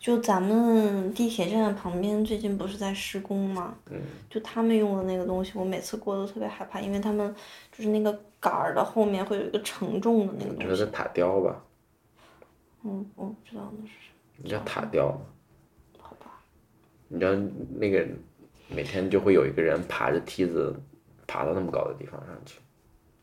S1: 就咱们地铁站旁边最近不是在施工吗？
S2: 嗯，
S1: 就他们用的那个东西，我每次过都特别害怕，因为他们就是那个杆儿的后面会有一个承重的那个
S2: 你
S1: 东
S2: 说
S1: 西
S2: 是。塔吊吧？
S1: 嗯，我不知道那是什
S2: 你叫塔吊吗？
S1: 么，好吧？
S2: 你知道那个每天就会有一个人爬着梯子爬到那么高的地方上去，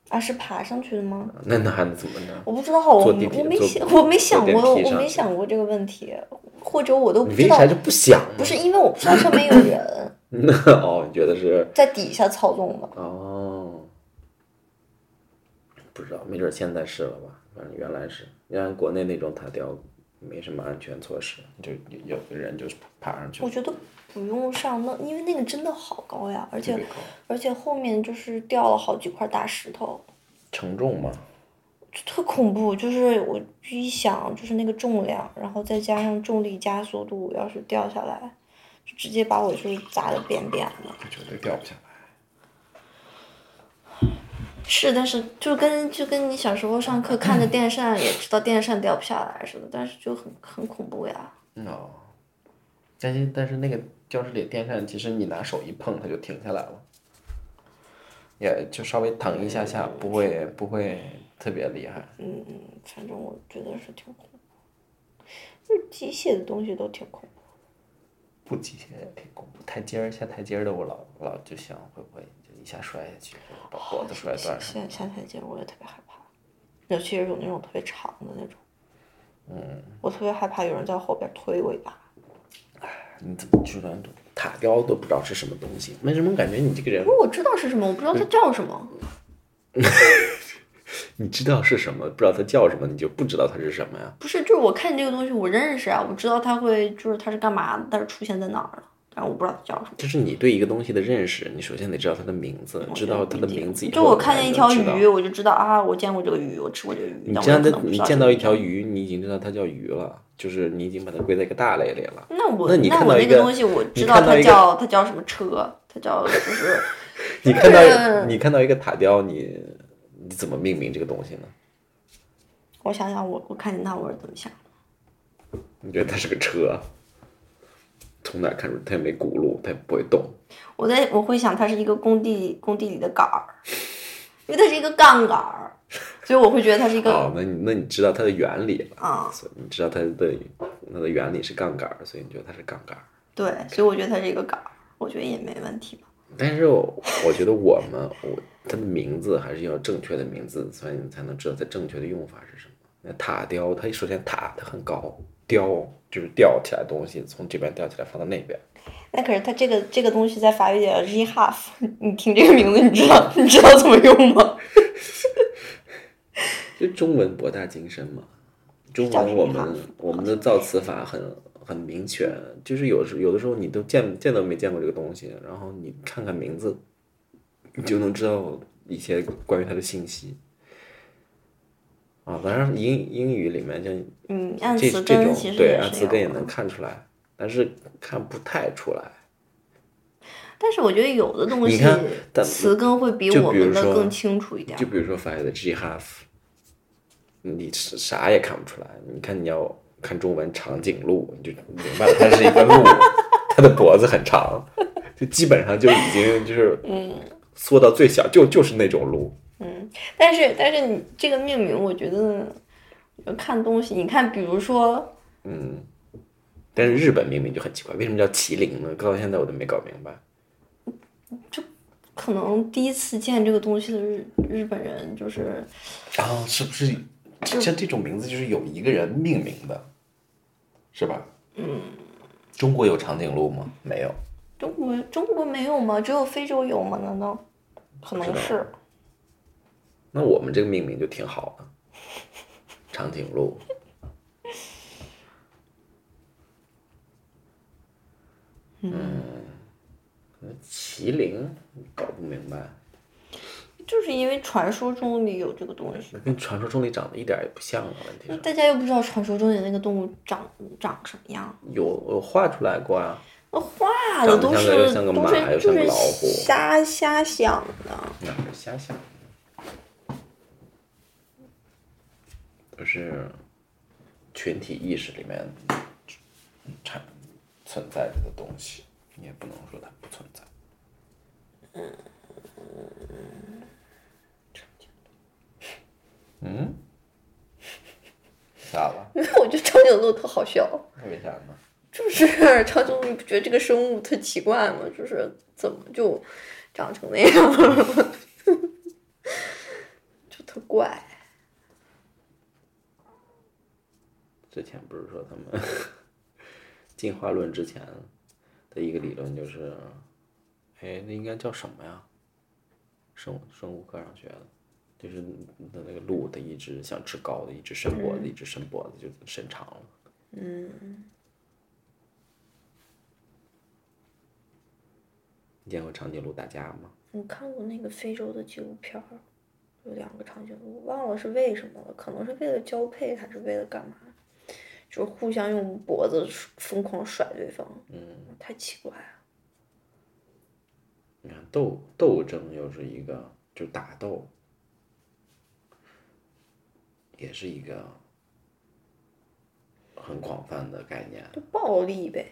S1: 啊，是爬上去的吗？
S2: 那那还能怎么呢？
S1: 我不知道，我
S2: 坐地铁
S1: 我没
S2: 坐
S1: 想，我没想
S2: 坐
S1: 过，
S2: 电梯
S1: 我
S2: 上
S1: 没
S2: 去
S1: 想过这个问题，或者我都不
S2: 你
S1: 知
S2: 为
S1: 道
S2: 啥，就不想呢？
S1: 不是因为我不知道上面有人
S2: 那 哦，你觉得是
S1: 在底下操纵吧？
S2: 哦，不知道，没准现在是了吧？反正原来是，你看国内那种塔吊没什么安全措施，就有的人就是爬上去
S1: 我，觉得不用上那，因为那个真的好高呀，而且
S2: 特别高
S1: 而且后面就是掉了好几块大石头，
S2: 承重嘛，
S1: 就特恐怖。就是我一想，就是那个重量，然后再加上重力加速度，要是掉下来，就直接把我就是砸的扁扁的。
S2: 我绝对掉不下来。
S1: 是，但是就跟就跟你小时候上课看着电扇，也知道电扇掉不下来似的，但是就很很恐怖呀。
S2: 哦，但是但是那个教室里的电扇，其实你拿手一碰，它就停下来了，也就稍微疼一下下，不会不会特别厉害。
S1: 嗯反正我觉得是挺恐怖，就是机械的东西都挺恐怖。
S2: 不极限也挺恐怖，台阶儿下台阶儿的我老老就想会不会就一下摔下去，把脖子摔断上。
S1: 下下台阶我也特别害怕，尤其是有那种特别长的那种。嗯。我特别害怕有人在后边推我一把。
S2: 你怎么居然塔吊都不知道是什么东西？为什么感觉你这个人
S1: 不，是我知道是什么，我不知道它叫什么。
S2: 你知道是什么，不知道它叫什么，你就不知道它是什么呀？
S1: 不是，就是我看这个东西我认识啊，我知道它会就是它是干嘛的，但是出现在哪儿了，但是我不知道它叫什么。
S2: 这是你对一个东西的认识，你首先得知道它的名字，知道它的名字以后，
S1: 就我看见一条
S2: 你才能
S1: 鱼，
S2: 知道。
S1: 我就知道啊，我见过这个鱼，我吃过这个鱼。
S2: 你
S1: 但我
S2: 见
S1: 可
S2: 到
S1: 能不
S2: 你
S1: 知道
S2: 见
S1: 这个
S2: 到一
S1: 鱼
S2: 条鱼，你已经知道它叫鱼了，就是你已经把它归在一个大类里了。
S1: 那我
S2: 那你看
S1: 我
S2: 到
S1: 那
S2: 一个
S1: 东西，我
S2: 你
S1: 知道
S2: 看到
S1: 它
S2: 一个
S1: 叫它叫什么车，它叫就是
S2: 你看到
S1: 是
S2: 你看到一个塔吊，你你怎么命名这个东西呢？
S1: 我想想我，我看见它我是怎么想的。
S2: 你觉得它是个车？从哪儿看出它也没轱辘，它也不会动。
S1: 我在我会想它是一个工地工地里的杆儿，因为它是一个杠杆儿，所以我会觉得它是一个
S2: 哦，那你那你知道它的原理了，
S1: 啊、
S2: 所以你知道它的它的原理是杠杆儿，所以你觉得它是杠杆儿。
S1: 对，所以我觉得它是一个杆儿，我觉得也没问题吧。
S2: 但是我我觉得我们我它的名字还是要正确的名字，所以你才能知道它正确的用法是什么。那塔吊，它首先塔它很高，吊就是吊起来的东西，从这边吊起来放到那边。
S1: 那可是它这个这个东西在法语里叫 r e h a f 你听这个名字，你知道你知道怎么用吗？
S2: 就中文博大精深嘛，中
S1: 叫什
S2: 文
S1: 么
S2: 我
S1: 呀
S2: 们我们的造词法很很明确，就是有时有的时候你都见见都没见过这个东西，然后你看看名字，你就能知道一些关于它的信息。啊，当然英英语里面像
S1: 嗯，按
S2: 这
S1: 词
S2: 这
S1: 根
S2: 种
S1: 其实
S2: 对
S1: 也
S2: 按
S1: 是
S2: 词根也
S1: 有的
S2: 能看出来，但是看不太出来。
S1: 但是我觉得有的东
S2: 你
S1: 西
S2: 看咱们
S1: 词根会比
S2: 就
S1: 我
S2: 比如
S1: 们的
S2: 说
S1: 更清楚一点儿。
S2: 就比如说法语的 G half，你是啥也看不出来。你看你要看中文长颈鹿，你就明白了，它是一个鹿， 它的脖子很长，就基本上就已经就是缩到最小，就就是那种鹿。
S1: 但是但是你这个命名，我觉得呃看东西，你看，比如说，
S2: 嗯但是日本命名就很奇怪，为什么叫麒麟呢？到现在我都没搞明白。
S1: 可能第一次见这个东西的日日本人，就是
S2: 然后哦是不是像这种名字就是有一个人命名的，是吧？嗯。中国有长颈鹿吗？没有。
S1: 中国中国没有吗？只有非洲有吗？难道？可能
S2: 不知道
S1: 是，
S2: 那我们这个命名就挺好的，长颈鹿。嗯，麒麟搞不明白，
S1: 就是因为传说中里有这个东西，
S2: 跟传说中里长得一点儿也不像啊。问题
S1: 那
S2: 是，
S1: 大家又不知道传说中里那个动物长长什么样，
S2: 有有画出来过啊，
S1: 那画的
S2: 长
S1: 都
S2: 得像
S1: 是
S2: 个像个
S1: 都
S2: 马又
S1: 是就
S2: 像个
S1: 是
S2: 老虎
S1: 瞎瞎想的。
S2: 那是瞎想的，都是群体意识里面产存在着的东西，你也不能说它不存在。嗯？ 咋了？
S1: 我觉得长颈鹿特好笑，
S2: 为啥呢？
S1: 就是长颈鹿，你不觉得这个生物特奇怪吗？就是怎么就长成那样， 就特怪。
S2: 之前不是说他们 进化论之前的一个理论就是，哎，那应该叫什么呀？生物生物课上学的，就是那那个鹿的一只想吃高的，一只伸脖子，一只伸脖子就伸长了。嗯。你见过长颈鹿打架吗？
S1: 你看过那个非洲的纪录片儿，有两个长颈鹿，忘了是为什么了，可能是为了交配还是为了干嘛，就是互相用脖子疯狂甩对方，
S2: 嗯，
S1: 太奇怪了。
S2: 你看斗斗争又是一个，就打斗，也是一个很广泛的概念。
S1: 就暴力呗，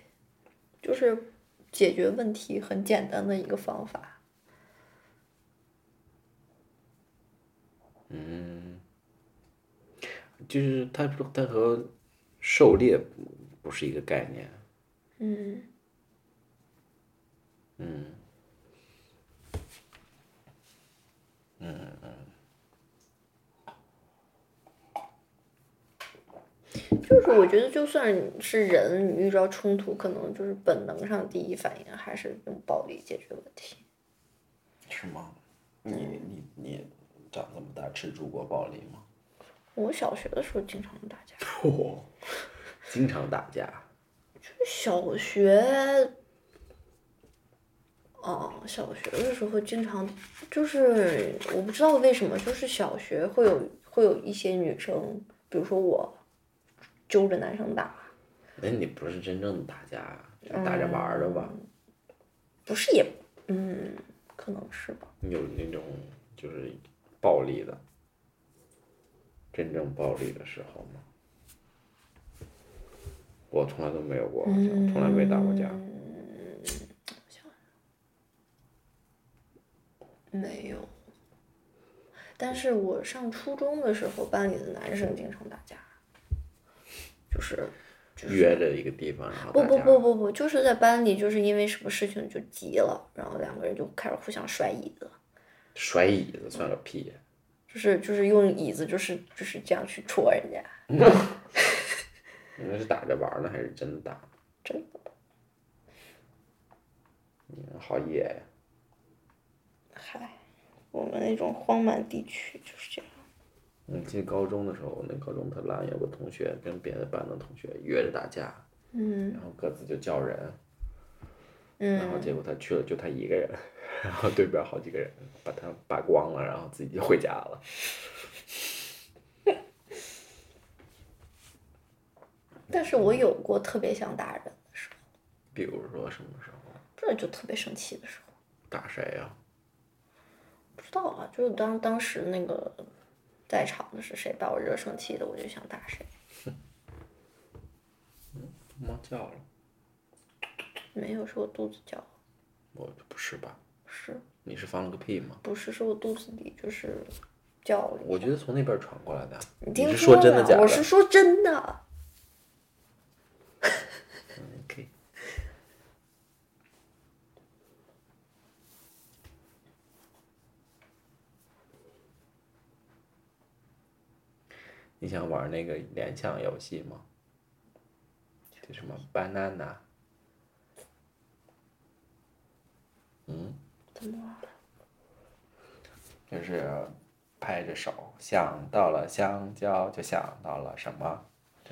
S1: 就是解决问题很简单的一个方法。
S2: 就是它不，它和狩猎不不是一个概念。
S1: 嗯，就是我觉得，就算你是人，你遇到冲突，可能就是本能上第一反应还是用暴力解决问题。
S2: 是吗？你你你长这么大吃住过暴力 吗？
S1: 我小学的时候经常打架，
S2: 哦，经常打架。
S1: 小学，哦，小学的时候经常就是我不知道为什么，就是小学会有会有一些女生，比如说我揪着男生打，
S2: 哎，你不是真正的打架，就打着玩儿的吧？
S1: 不是也嗯，可能是吧。
S2: 你有那种就是暴力的，真正暴力的时候吗？我从来都没有过，好像
S1: 嗯
S2: 从来没打过架。
S1: 没有，但是我上初中的时候，班里的男生经常打架，就是
S2: 约着一个地方，然后
S1: 不
S2: 打
S1: 不
S2: 架
S1: 不不不，就是在班里，就是因为什么事情就急了，然后两个人就开始互相摔椅子，
S2: 甩椅子算个屁！
S1: 就是就是用椅子，就是就是这样去戳人家，
S2: 你那是打着玩儿呢，还是真的打？
S1: 真的
S2: 嗯好野呀！
S1: 嗨，我们那种荒蛮地区就是这样。
S2: 我记得高中的时候，我那高中特烂，有个同学跟别的班的同学约着打架，
S1: 嗯
S2: 然后各自就叫人，然后
S1: 嗯，
S2: 结果他去了就他一个人， 然后对边好几个人把他扒光了，然后自己就回家了。
S1: 但是我有过特别想打人的时候，
S2: 比如说什么时候
S1: 这就特别生气的时候。
S2: 打谁啊呀、
S1: 不知道啊，就是当当时那个在场的是谁把我惹生气的，我就想打谁。
S2: 猫叫了，
S1: 没有，是我肚子叫，
S2: 我不是吧？
S1: 是
S2: 你是放了个屁吗？
S1: 不是是我肚子里就是叫了？
S2: 我觉得从那边传过来的。
S1: 你
S2: 你
S1: 听
S2: 是说真的
S1: 了
S2: 假的？
S1: 我是说真的。
S2: 嗯可以。你想玩那个联想游戏吗？就什么 banana，
S1: 怎么了？
S2: 嗯就是拍着手想到了香蕉，就想到了什么，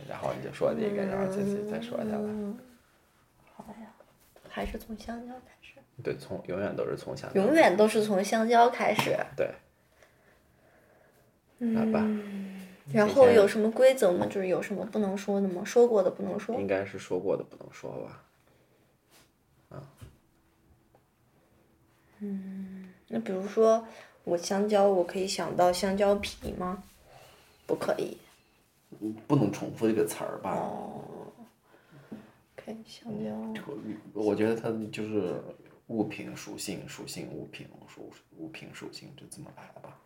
S2: 然后你就说这个，然后就就再说下来。
S1: 好呀，还是从香蕉开始，
S2: 对，从永远都是从香蕉。
S1: 永远都是从香蕉开始。
S2: 对。来吧，
S1: 然
S2: 以
S1: 后
S2: 前
S1: 有什么规则吗？就是有什么不能说的吗？说过的不能说
S2: 应。该是说过的不能说吧。
S1: 那比如说，我香蕉，我可以想到香蕉皮吗？不可以。
S2: 不能重复这个词儿吧？
S1: 对，香
S2: 嗯
S1: 蕉，
S2: 我觉得它就是物品属性、属性物品属物品属性就这么来吧，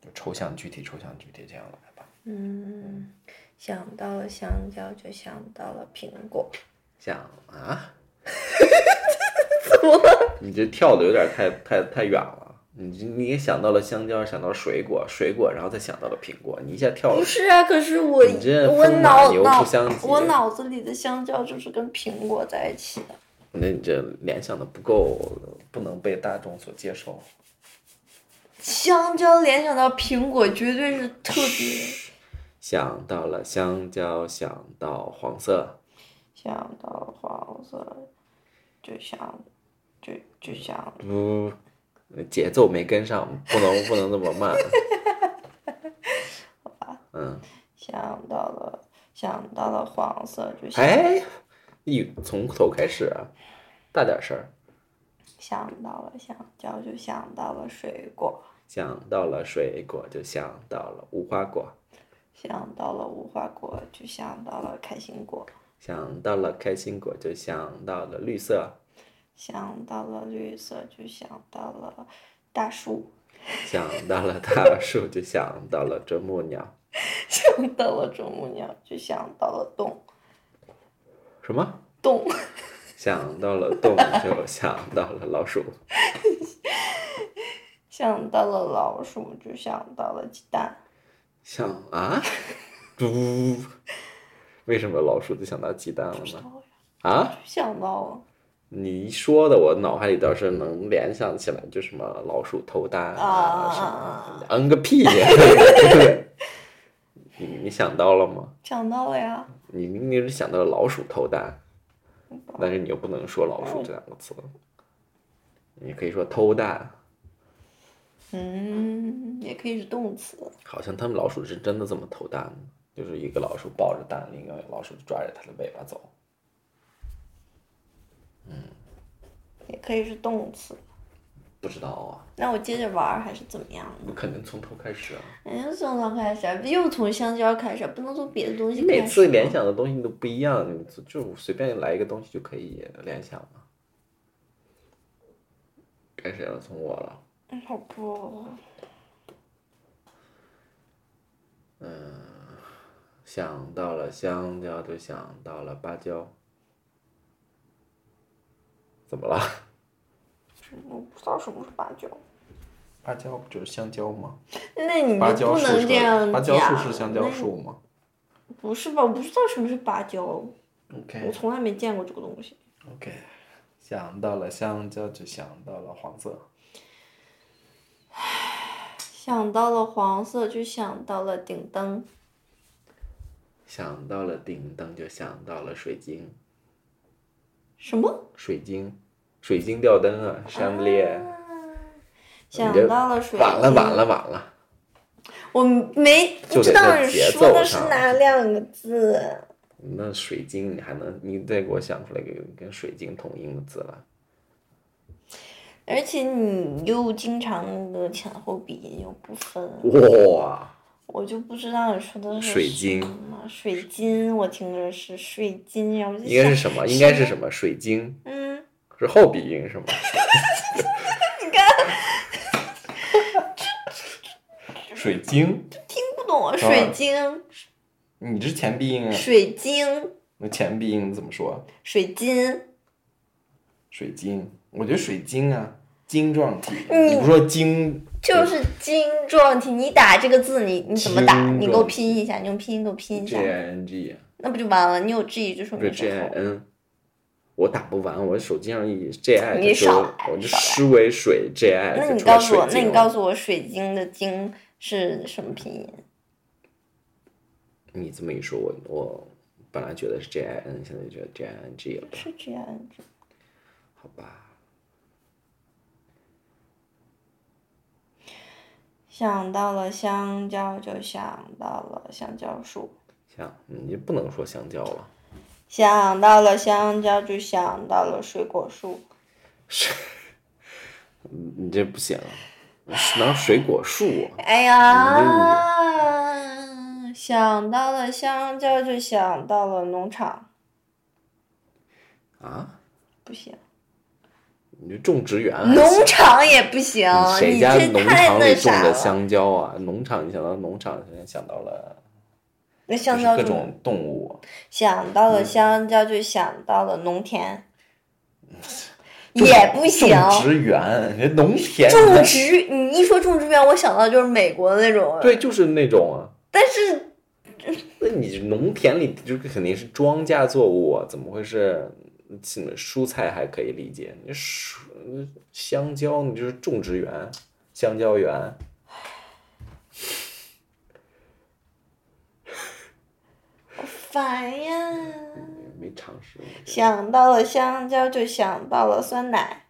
S2: 就抽象具体、抽象具体这样来吧。
S1: 嗯，想到了香蕉就想到了苹果，
S2: 想啊？ 怎么了？你这跳的有点太太太远了。你这你也想到了香蕉，想到水果，水果，然后再想到了苹果，你一下跳
S1: 不
S2: 了。
S1: 是啊，可是我
S2: 你这
S1: 我
S2: 风马
S1: 脑
S2: 牛
S1: 脑
S2: 不相及啊
S1: 我脑子里的香蕉就是跟苹果在一起的，
S2: 那你这联想的不够，不能被大众所接受。
S1: 香蕉联想到苹果绝对是特别，
S2: 想到了香蕉，想到黄色，
S1: 想到黄色就想就就想
S2: 不，节奏没跟上，不能不能那么慢。嗯，
S1: 想到了想到了黄色就想
S2: 哎，一从头开始啊，大点声儿。
S1: 想到了香蕉就想到了水果，
S2: 想到了水果，就想到了无花果；
S1: 想到了无花果就想到了开心果，
S2: 想到了开心果，就想到了绿色；
S1: 想到了绿色就想到了大树，
S2: 想到了大树，就想到了啄木鸟。
S1: 想到了啄木鸟就想到了洞
S2: 什么？
S1: 洞，
S2: 想到了动物，就想到了老鼠；
S1: 想到了老鼠就想到了鸡蛋，
S2: 想啊，嘟，为什么老鼠就想到鸡蛋了
S1: 不知道
S2: 呢？
S1: 呀，
S2: 啊？
S1: 就想到了。
S2: 你一说的，我脑海里倒是能联想起来，就什么老鼠偷蛋
S1: 啊
S2: 什
S1: 啊
S2: 么，嗯个屁！ 你你想到了吗？
S1: 想到了呀，
S2: 你你是想到了老鼠偷蛋，但是你又不能说老鼠这两个词，你可以说偷蛋。
S1: 嗯，也可以是动词。
S2: 好像他们老鼠是真的这么偷蛋的，就是一个老鼠抱着蛋，另一个老鼠抓着它的尾巴走。
S1: 也可以是动词。
S2: 不知道啊，
S1: 那我接着玩儿还是怎么样呢？
S2: 我肯定从头开始啊。
S1: 哎，从头开始啊，又从香蕉开始，不能从别的东西
S2: 你
S1: 开始。
S2: 每次联，想的东西都不一样，你就就随便来一个东西就可以联想了。该谁了？从我了。
S1: 哎好不？
S2: 想到了香蕉，就想到了芭蕉。怎么了？
S1: 我不知道什么是芭蕉。
S2: 芭蕉不就是香蕉吗？
S1: 那你
S2: 芭蕉
S1: 不
S2: 树
S1: 能
S2: 是
S1: 这样
S2: 芭蕉树
S1: 讲
S2: 是香蕉。
S1: 那
S2: 树吗
S1: 你不是吧？我不知道什么是芭蕉，我
S2: ？OK
S1: 从来没见过这个东西。
S2: OK，想到了香蕉，就想到了黄色。
S1: 想到了黄色，就想到了顶灯；
S2: 想到了顶灯，就想到了水晶。
S1: 什么？
S2: 水晶，水晶吊灯啊，chandelier。
S1: 啊
S2: 你
S1: 想
S2: 这
S1: 到了水晶。
S2: 晚了，晚了，晚了。
S1: 我没不
S2: 就
S1: 知
S2: 得
S1: 道
S2: 在
S1: 你
S2: 节
S1: 说
S2: 奏
S1: 的是
S2: 上
S1: 哪两个字。
S2: 那水晶，你还能，你再给我想出来一个跟水晶同音的字来。
S1: 而且你又经常那个前后鼻音又不分，
S2: 哇，
S1: 我就不知道你说的是
S2: 水晶
S1: 什么水晶，我听着是水晶，然后就
S2: 应该
S1: 想
S2: 是，什么？应该是什么？水晶
S1: 嗯，
S2: 是后鼻音是吗？你看， 水晶，
S1: 听不懂啊，
S2: 哦
S1: 水晶，
S2: 你这是前鼻音啊？
S1: 水晶，
S2: 那前鼻音怎么说？
S1: 水晶，
S2: 水晶，我觉得水晶啊，晶状体。
S1: 嗯
S2: 你不说晶，
S1: 就是晶状体。你打这个字，你你怎么打？
S2: 晶
S1: 你给我
S2: 状体
S1: 拼一下，你用拼音给我拼一
S2: J
S1: 下
S2: I，N G，啊
S1: 那不就完了？你有 G 就说
S2: 不是
S1: 明
S2: J
S1: 是
S2: I
S1: 好。
S2: N，我打不完，我手机上一 J I
S1: 你
S2: 就
S1: 少
S2: 说
S1: 来
S2: 我就
S1: 少来
S2: 思为水 J I，
S1: 那
S2: 就
S1: 你
S2: 出来
S1: 告诉
S2: 水
S1: 我，那
S2: 晶
S1: 你
S2: 了
S1: 告诉我，水晶的晶是什么拼音？
S2: 你这么一说，我我本来觉得是 J I N，现在觉得 J I N G 了吧？
S1: 是 G I N G。
S2: 好吧，
S1: 想到了香蕉，就想到了香蕉树；
S2: 香，你就不能说香蕉了。
S1: 想到了香蕉，就想到了水果树；
S2: 你嗯你这不行，哪有水果树啊？
S1: 哎呀，想到了香蕉，就想到了农场；
S2: 啊，
S1: 不行，
S2: 你就种植园啊，
S1: 农场也不行，
S2: 谁
S1: 你
S2: 家
S1: 这
S2: 农
S1: 太
S2: 场
S1: 那
S2: 里种
S1: 啥
S2: 的
S1: 了。
S2: 香蕉啊？农场，你想到农场，你想到了
S1: 那
S2: 就
S1: 香
S2: 是
S1: 蕉
S2: 各
S1: 就
S2: 种嗯动物，
S1: 想到了香蕉，就想到了农 田，也不行。
S2: 种植园，人农田，
S1: 种植，你一说种植园，我想到就是美国那种。
S2: 对，，就是那种啊。
S1: 但是
S2: 那你农田里就肯定是庄稼作物啊，怎么会是什么蔬菜还可以理解？你蔬香蕉，你就是种植园，香蕉园。
S1: 烦呀！
S2: 没尝试过这个
S1: 想到了香蕉，就想到了酸奶，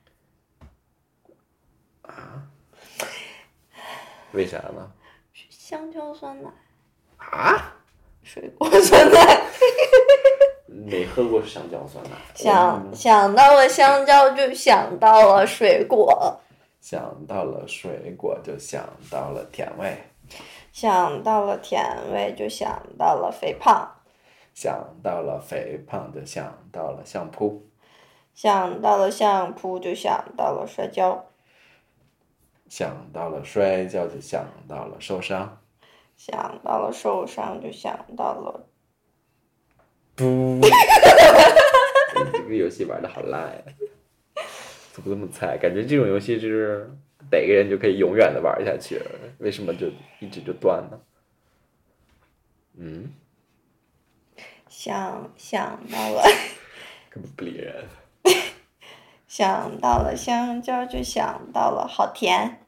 S2: 啊？为啥呢？
S1: 香蕉酸奶，
S2: 啊？
S1: 水果酸奶。
S2: 没喝过香蕉酸奶。
S1: 想
S2: 嗯
S1: 想到了香蕉，就想到了水果，
S2: 想到了水果，就想到了甜味；
S1: 想到了甜味，就想到了肥胖，
S2: 想到了肥胖，就想到了相扑；
S1: 想到了相扑，就想到了摔跤，
S2: 想到了摔跤，就想到了受伤。
S1: 想到了受伤，就想到了。
S2: 不，这个游戏玩的好烂呀！怎么这么菜？感觉这种游戏就是逮个人就可以永远的玩下去，为什么就一直就断呢？嗯，
S1: 想想到了，
S2: 根本不理人。
S1: 想到了香蕉，就想到了好甜；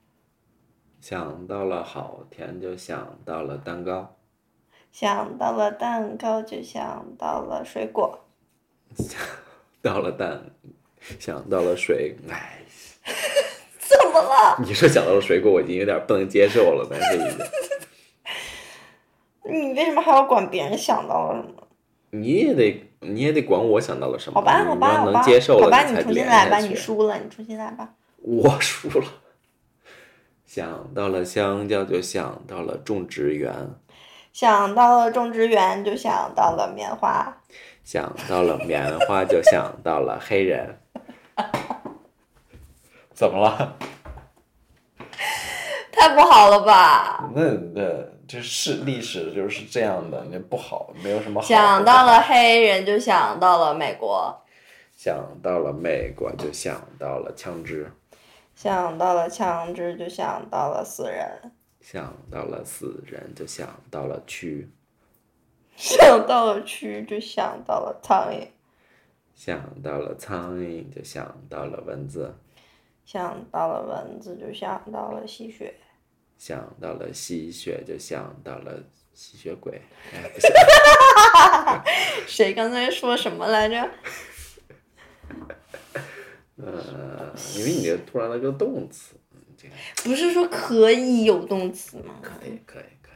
S2: 想到了好甜，就想到了蛋糕；
S1: 想到了蛋糕，就想到了水果；
S2: 到了蛋，想到了水。哎，
S1: 怎么了？
S2: 你说想到了水果，我已经有点不能接受了，但是已经。
S1: 你为什么还要管别人想到了什么？
S2: 你也得，你也得管我想到了什么。
S1: 好吧，好
S2: 你
S1: 吧，
S2: 要嗯
S1: 好吧，
S2: 能接受
S1: 好
S2: 了，
S1: 吧，
S2: 才
S1: 你重新
S2: 连
S1: 来
S2: 下
S1: 吧，
S2: 去
S1: 你输了，你重新来吧。
S2: 我输了。想到了香蕉，就想到了种植园；
S1: 想到了种植园，就想到了棉花；
S2: 想到了棉花，就想到了黑人。怎么了？
S1: 太不好了吧？
S2: 那那这是历史就是这样的，那不好，没有什么好。
S1: 想到了黑人，就想到了美国；
S2: 想到了美国，就想到了枪支；
S1: 想到了枪支，就想到了死人；
S2: 想到了死人，就想到了蛆；
S1: 想到了蛆，就想到了苍蝇；
S2: 想到了苍蝇，就想到了蚊子；
S1: 想到了蚊子，就想到了吸血；
S2: 想到了吸血，就想到了吸血鬼。哎，不行。
S1: 谁刚才说什么来着？
S2: 呃， 因为你这突然来个动词，嗯这个
S1: 不是说可以有动词吗？
S2: 可以哎可以可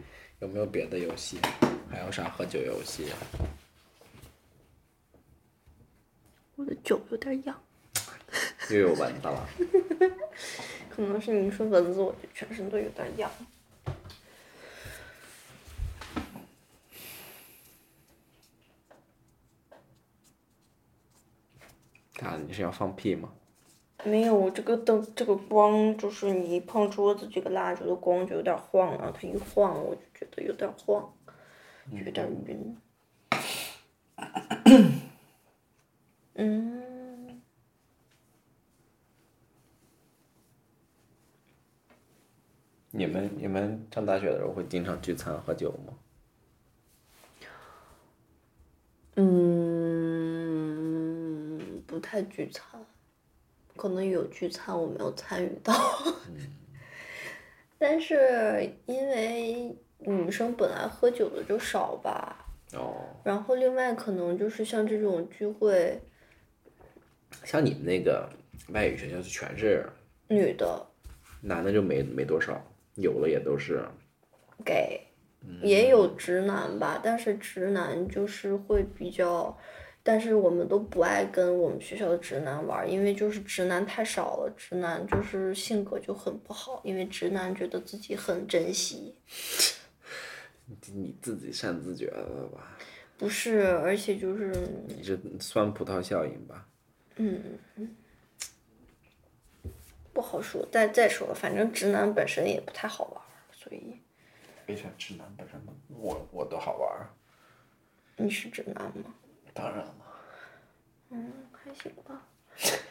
S2: 以。有没有别的游戏？还有啥喝酒游戏啊？
S1: 我的酒有点痒，
S2: 又有蚊子了。
S1: 可能是你说蚊子，我就全身都有点痒。
S2: 啊，你是要放屁吗？
S1: 没有这个灯，这个光就是你一碰桌子，这个蜡烛的光就有点晃了，它一晃我就觉得有点晃，就有点晕。嗯，
S2: 你们你们上大学的时候会经常聚餐喝酒吗？
S1: 嗯，不太聚餐，可能有聚餐我没有参与到， 但是因为女生本来喝酒的就少吧。
S2: 哦，
S1: 然后另外可能就是像这种聚会，
S2: 像你们那个外语学校全是
S1: 女的
S2: 男的就没没多少，有了也都是
S1: 给，也有直男吧，但是直男就是会比较，但是我们都不爱跟我们学校的直男玩儿，因为就是直男太少了，直男就是性格就很不好，因为直男觉得自己很珍惜，
S2: 你自己擅自觉得吧。
S1: 不是，而且就是
S2: 你这酸葡萄效应吧？
S1: 不好说。但再说了，反正直男本身也不太好玩儿，所以
S2: 为啥直男本身我我都好玩儿？
S1: 你是直男吗？
S2: 当然了，
S1: 嗯，还行吧。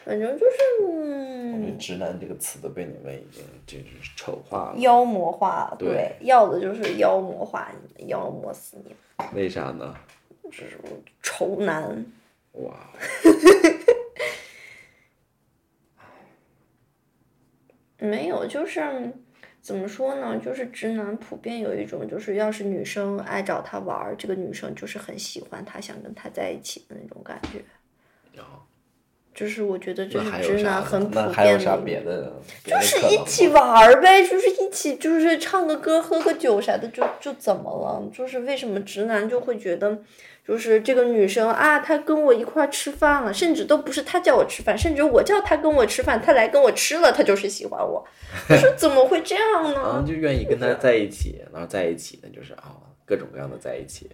S1: 反正就是
S2: 我
S1: 嗯，
S2: 觉得直男这个词都被你们已经就是丑化了。
S1: 妖魔化了，
S2: 对
S1: 对，要的就是妖魔化你们，妖魔死你们，
S2: 为啥呢？
S1: 这是我仇男。
S2: 哇，
S1: 没有，就是怎么说呢？就是直男普遍有一种，就是要是女生爱找他玩儿，这个女生就是很喜欢他，想跟他在一起的那种感觉。
S2: 然后
S1: 就是我觉得这
S2: 那
S1: 是
S2: 还有
S1: 直
S2: 啥
S1: 男
S2: 呢？
S1: 很普
S2: 那还有
S1: 遍
S2: 啥
S1: 的
S2: 别
S1: 一种，
S2: 的？
S1: 就
S2: 就是
S1: 一起玩儿呗，就是一起，就是唱个歌、喝个酒啥的，就就怎么了？就是为什么直男就会觉得，就是这个女生啊，她跟我一块儿吃饭了，甚至都不是她叫我吃饭，甚至我叫她跟我吃饭，她来跟我吃了，她就是喜欢我。我说 怎么会这样
S2: 然后啊
S1: 呢？
S2: 就愿意跟他在一起，然后在一起呢，就是啊、各种各样的在一起，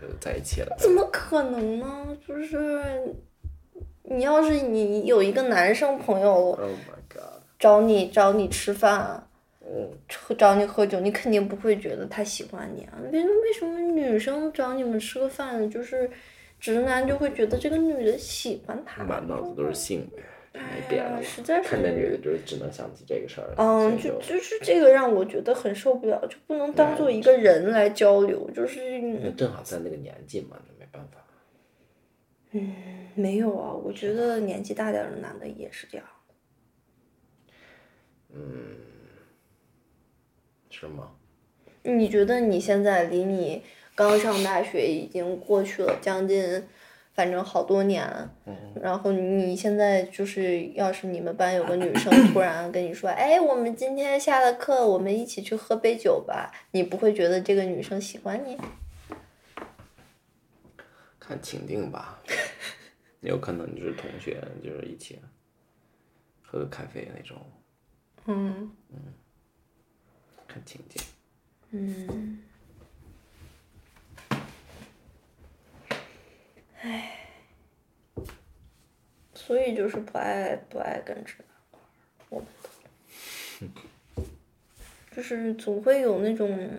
S2: 就在一起了。
S1: 怎么可能呢？就是你要是你有一个男生朋友
S2: Oh my god！
S1: 找你找你吃饭，
S2: 嗯，
S1: 喝找你喝酒，你肯定不会觉得他喜欢你啊。为为什么女生找你们吃个饭，就是直男就会觉得这个女的喜欢他？
S2: 满脑子都是性呗，没别的
S1: 哎呀
S2: 了。
S1: 实在是
S2: 看见女的，就是只能想起这个事儿了。
S1: 嗯，
S2: 所以
S1: 就
S2: 就
S1: 就是这个让我觉得很受不了，就不能当做一个人来交流，就是嗯
S2: 那正好在那个年纪嘛，那没办法。
S1: 没有啊。我觉得年纪大点儿的男的也是这样，
S2: 是吗？
S1: 你觉得你现在离你刚上大学已经过去了将近，反正好多年。然后你现在就是，要是你们班有个女生突然跟你说：“哎，我们今天下了课，我们一起去喝杯酒吧。”你不会觉得这个女生喜欢你？
S2: 看情境吧，有可能就是同学，就是一起喝个咖啡那种。
S1: 嗯
S2: 看情境，
S1: 嗯。唉，所以就是不爱不爱跟直男玩儿，我们都，就是总会有那种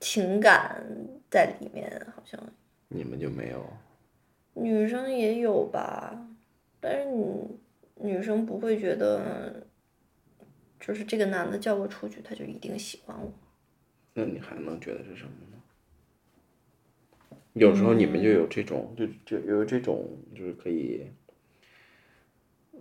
S1: 情感在里面，好像
S2: 你们就没有？
S1: 女生也有吧，但是你女生不会觉得，就是这个男的叫我出去，他就一定喜欢我。
S2: 那你还能觉得是什么呢？有时候你们就有这种，就就有这种，就是可以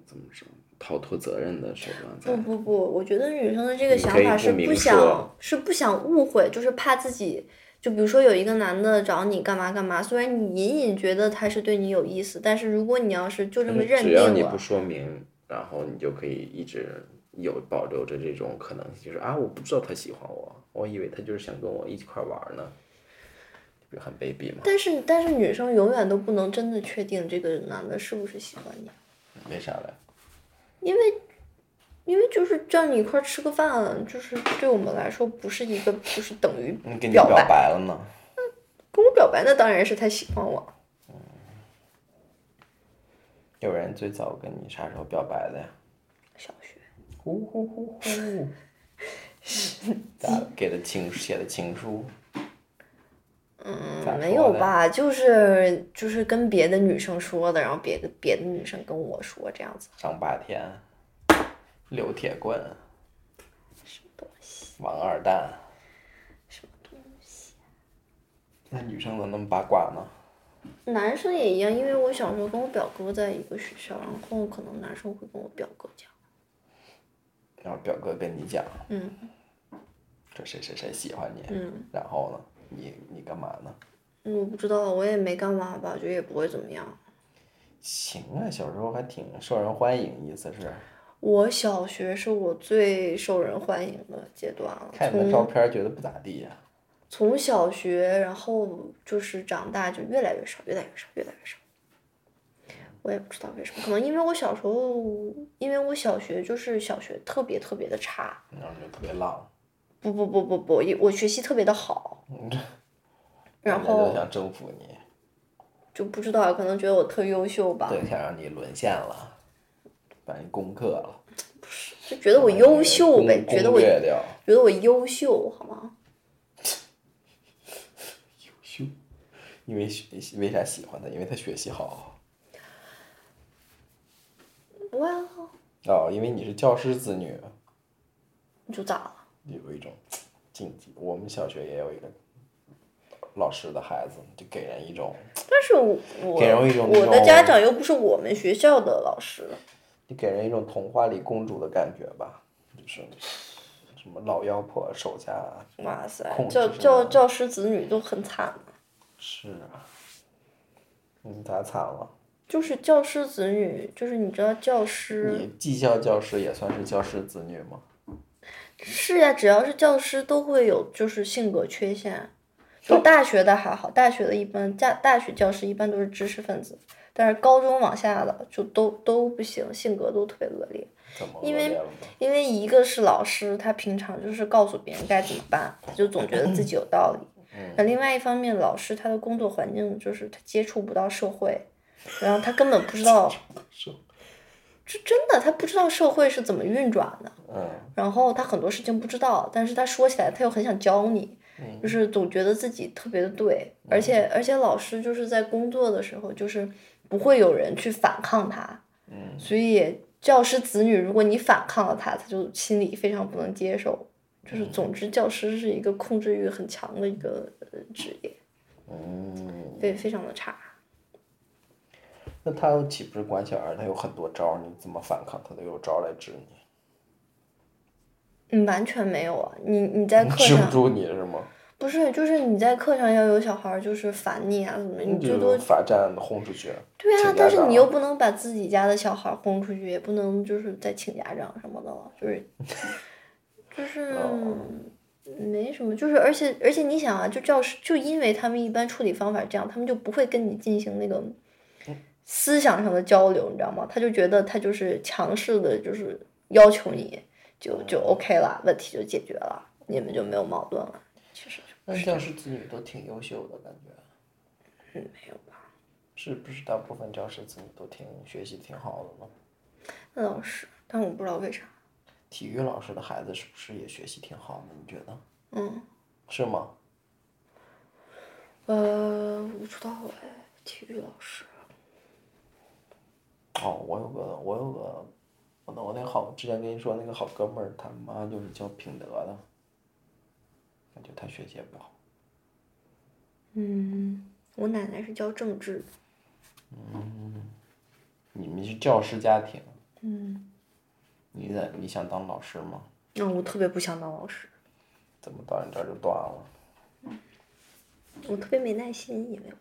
S2: 怎么说，逃脱责任的手段在
S1: 不。不不，我觉得女生的这个
S2: 哎你
S1: 想
S2: 可以
S1: 法
S2: 不
S1: 是不
S2: 明
S1: 想
S2: 说
S1: 是不想误会，就是怕自己。就比如说有一个男的找你干嘛干嘛，虽然你隐隐觉得他是对你有意思，但是如果你要是就这么认
S2: 嗯只
S1: 定
S2: 要你
S1: 了
S2: 不，说明，然后你就可以一直有保留着这种可能性，就是啊，我不知道他喜欢我，我以为他就是想跟我一块玩呢，就很卑鄙嘛。
S1: 但是但是女生永远都不能真的确定这个男的是不是喜欢你。
S2: 为啥嘞？
S1: 因为，因为就是叫你一块儿吃个饭，就是对我们来说不是一个，就是等于
S2: 嗯跟你
S1: 表白。
S2: 白了呢？
S1: 跟我表白，那当然是他喜欢我。
S2: 有人最早跟你啥时候表白的呀？
S1: 小学，
S2: 呼呼呼呼，咋了给的情写的情书？咋
S1: 嗯，
S2: 说
S1: 没有
S2: 嘞
S1: 吧？就是就是跟别的女生说的，然后别的别的女生跟我说这样子
S2: 张霸天、刘铁棍、
S1: 什么东西，
S2: 王二蛋，
S1: 什么东西。啊
S2: 那女生怎么那么八卦呢？
S1: 男生也一样，因为我小时候跟我表哥在一个学校，然后可能男生会跟我表哥讲，
S2: 然后表哥跟你讲，
S1: 嗯
S2: 这谁谁谁喜欢你，
S1: 嗯，
S2: 然后呢，你你干嘛呢？
S1: 嗯我不知道，我也没干嘛吧，就也不会怎么样。
S2: 行啊，小时候还挺受人欢迎，意思是
S1: 我小学是我最受人欢迎的阶段了，
S2: 看你的照
S1: 从
S2: 片觉得不咋地呀、啊
S1: 从小学，然后就是长大就越来越少，越来越少，越来越少。我也不知道为什么，可能因为我小时候，因为我小学就是小学特别特别的差，
S2: 然后就特别浪，
S1: 不不不不不，也我学习特别的好，然
S2: 人嗯家就
S1: 后
S2: 想征服你，
S1: 就不知道，可能觉得我特优秀吧，
S2: 对，想让你沦陷了，把你攻克了，
S1: 就觉得我
S2: 把你
S1: 优秀
S2: 攻
S1: 呗，
S2: 攻
S1: 觉得我
S2: 略掉，
S1: 觉得我优秀，好吗？
S2: 羞，因为学为啥喜欢他？因为他学习好啊
S1: 哇、
S2: 哦，因为你是教师子女，
S1: 你就咋了？
S2: 有一种禁忌。我们小学也有一个老师的孩子，就给人一种，
S1: 但是我我
S2: 给人一种
S1: 我
S2: 那
S1: 的
S2: 种
S1: 家长又不是我们学校的老师，
S2: 就给人一种童话里公主的感觉吧，就是什么老妖婆手下
S1: 哇塞
S2: 控，制
S1: 教
S2: 是
S1: 教
S2: 吧
S1: 教师子女都很惨的，
S2: 是啊，你咋惨了？
S1: 就是教师子女，就是你知道教师
S2: 你技校教师也算是教师子女吗？
S1: 是呀、只要是教师都会有就是性格缺陷。就大学的还好，大学的一般家大学教师一般都是知识分子，但是高中往下的就都都不行，性格都特别恶劣。
S2: 怎么恶
S1: 因为
S2: 劣了吗？
S1: 因为一个是老师，他平常就是告诉别人该怎么办，他就总觉得自己有道理。那另外一方面，老师他的工作环境就是他接触不到社会，然后他根本不知道，
S2: 是，
S1: 这真的他不知道社会是怎么运转的。
S2: 嗯，
S1: 然后他很多事情不知道，但是他说起来他又很想教你，
S2: 嗯
S1: 就是总觉得自己特别的对，而且而且老师就是在工作的时候，就是不会有人去反抗他，
S2: 嗯
S1: 所以教师子女如果你反抗了他，他就心里非常不能接受。
S2: 嗯
S1: 就是总之，教师是一个控制欲很强的一个呃职业，
S2: 嗯，
S1: 对，非常的差。
S2: 那他岂不是管小孩？他有很多招儿，你怎么反抗他都有招儿来治你，
S1: 你完全没有啊！你你在课
S2: 治不
S1: 上
S2: 住你 是吗？
S1: 不是，就是你在课上要有小孩儿就是烦你啊，怎么你最多
S2: 就罚站轰出去。
S1: 对
S2: 请
S1: 啊，
S2: 家
S1: 但是
S2: 长
S1: 你又不能把自己家的小孩儿轰出去，也不能就是再请家长什么的了，就是， 就是
S2: 哦
S1: 没什么，就是而且而且你想啊，就教师就因为他们一般处理方法这样，他们就不会跟你进行那个思想上的交流，你知道吗？他就觉得他就是强势的，就是要求你就
S2: 哦
S1: 就 OK 了，问题就解决了，你们就没有矛盾了，其实就
S2: 但教师子女都挺优秀的感觉，
S1: 嗯没有吧。
S2: 是不是大部分教师子女都挺学习挺好的呢？
S1: 那倒是，但我不知道为啥，
S2: 体育老师的孩子是不是也学习挺好的？你觉得
S1: 嗯。
S2: 是吗？
S1: 呃，我不知道哎，体育老师，
S2: 哦，我有个我有个，我那我那好之前跟你说那个好哥们儿，他妈就是教品德的，感觉他学习也不好。
S1: 嗯，我奶奶是教政治的，
S2: 你们是教师家庭，
S1: 嗯，
S2: 你在你想当老师吗？
S1: 那嗯我特别不想当老师，
S2: 怎么到你这儿就断了？
S1: 我特别没耐心，因为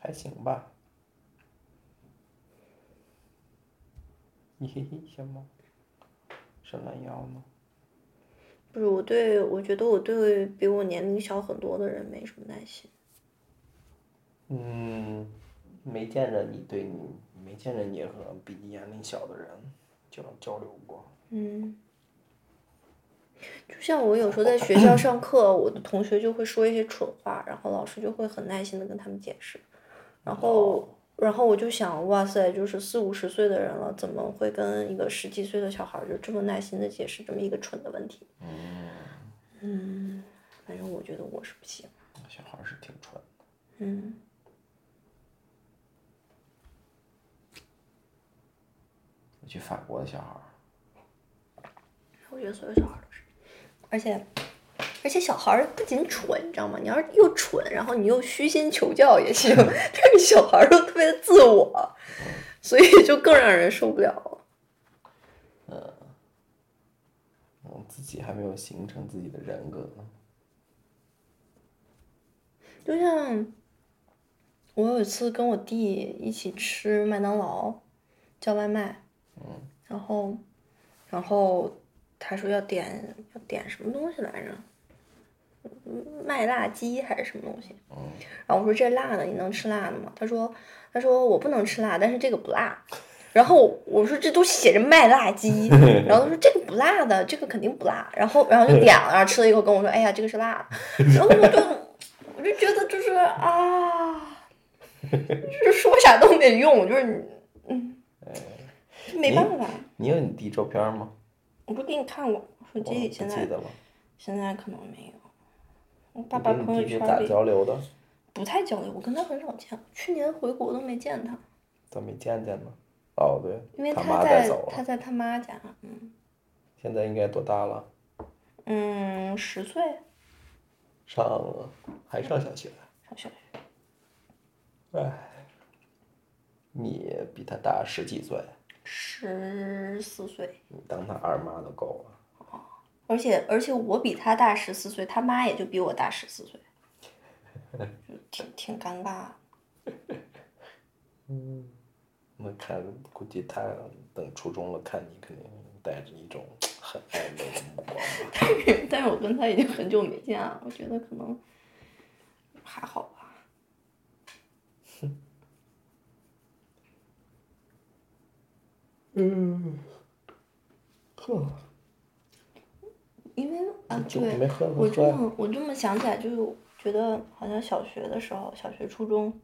S2: 还行吧。你嘿嘿行吗？伸懒腰呢？
S1: 不是我对我觉得我对比我年龄小很多的人没什么耐心，
S2: 嗯，没见着你对你没见着你和比你年龄小的人交交流过。
S1: 嗯，就像我有时候在学校上课，我的同学就会说一些蠢话，然后老师就会很耐心的跟他们解释，然后。然后我就想，哇塞，就是四五十岁的人了，怎么会跟一个十几岁的小孩儿就这么耐心的解释这么一个蠢的问题？
S2: 嗯，
S1: 嗯，反正我觉得我是不行。
S2: 小孩儿是挺蠢的。
S1: 嗯，
S2: 我去法国的小孩儿，
S1: 我觉得所有小孩都是，而且而且小孩儿不仅蠢，你知道吗？你要是又蠢，然后你又虚心求教也行，但是小孩儿都特别自我，所以就更让人受不了了。
S2: 嗯，自己还没有形成自己的人格呢。
S1: 就像我有一次跟我弟一起吃麦当劳，叫外卖，然后然后他说要点要点什么东西来着？嗯麦辣鸡还是什么东西？
S2: 嗯，
S1: 然后我说这辣的你能吃辣的吗？他说他说我不能吃辣，但是这个不辣。然后我说这都写着卖 辣鸡，然后他说这个不辣的，这个肯定不辣。然后然后就点了，然后吃了一口跟我说，哎呀这个是辣的。然后我就我就觉得就是啊，就是说啥都没用，就是你嗯，
S2: 哎
S1: 没办法。
S2: 你有你弟照片吗？
S1: 我不给你看过，手
S2: 我
S1: 机里
S2: 不
S1: 现
S2: 记
S1: 在
S2: 得了。
S1: 现在可能没有。我爸
S2: 你
S1: 爸
S2: 跟
S1: 朋友
S2: 你弟弟
S1: 圈
S2: 咋
S1: 里
S2: 交流的？
S1: 不太交流，我跟他很少见，去年回国都没见他，
S2: 咋没见见呢？哦，对，
S1: 因为
S2: 他
S1: 他
S2: 妈带
S1: 在
S2: 走啊
S1: 他
S2: 了。
S1: 在他妈家，
S2: 现在应该多大了？
S1: 嗯，十岁
S2: 上还上小学？
S1: 上小学，
S2: 哎，你比他大十几岁，
S1: 十四岁，
S2: 你当他二妈都够了。
S1: 而且而且我比他大十四岁，他妈也就比我大十 四岁，就挺挺尴尬的。
S2: 那看，估计他等初中了，看你肯定带着一种很暧昧的目光吧。
S1: 但是我跟他已经很久没见了，我觉得可能还好吧。
S2: 嗯，喝了，
S1: 因为 啊，
S2: 酒
S1: 对
S2: 没，喝
S1: 我
S2: 了，
S1: 这
S2: 喝。
S1: 么我这么想起来，就是觉得好像小学的时候，小学、初中，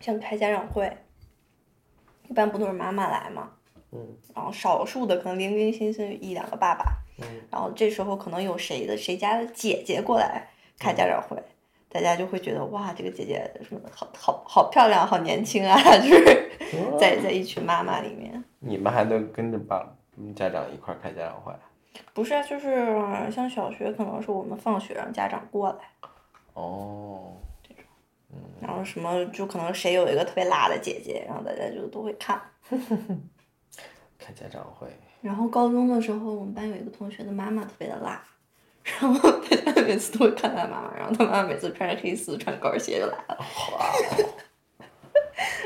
S1: 像开家长会，一般不都是妈妈来嘛，
S2: 嗯
S1: 然后少数的可能零零星星一两个爸爸，
S2: 嗯，
S1: 然后这时候可能有谁的谁家的姐姐过来开家长会，大家就会觉得哇，这个姐姐什么好好好漂亮，好年轻啊， 就是在在一群妈妈里面，
S2: 啊你们还能跟着爸家长一块儿开家长会？
S1: 不是啊，就是像小学可能是我们放学让家长过来。
S2: 哦，
S1: 然后什么就可能谁有一个特别辣的姐姐，然后大家就都会看。
S2: 开家长会，
S1: 然后高中的时候，我们班有一个同学的妈妈特别的辣，然后大家每次都会看他妈妈，然后他妈妈每次穿着黑丝穿高跟鞋就来了，
S2: 哇，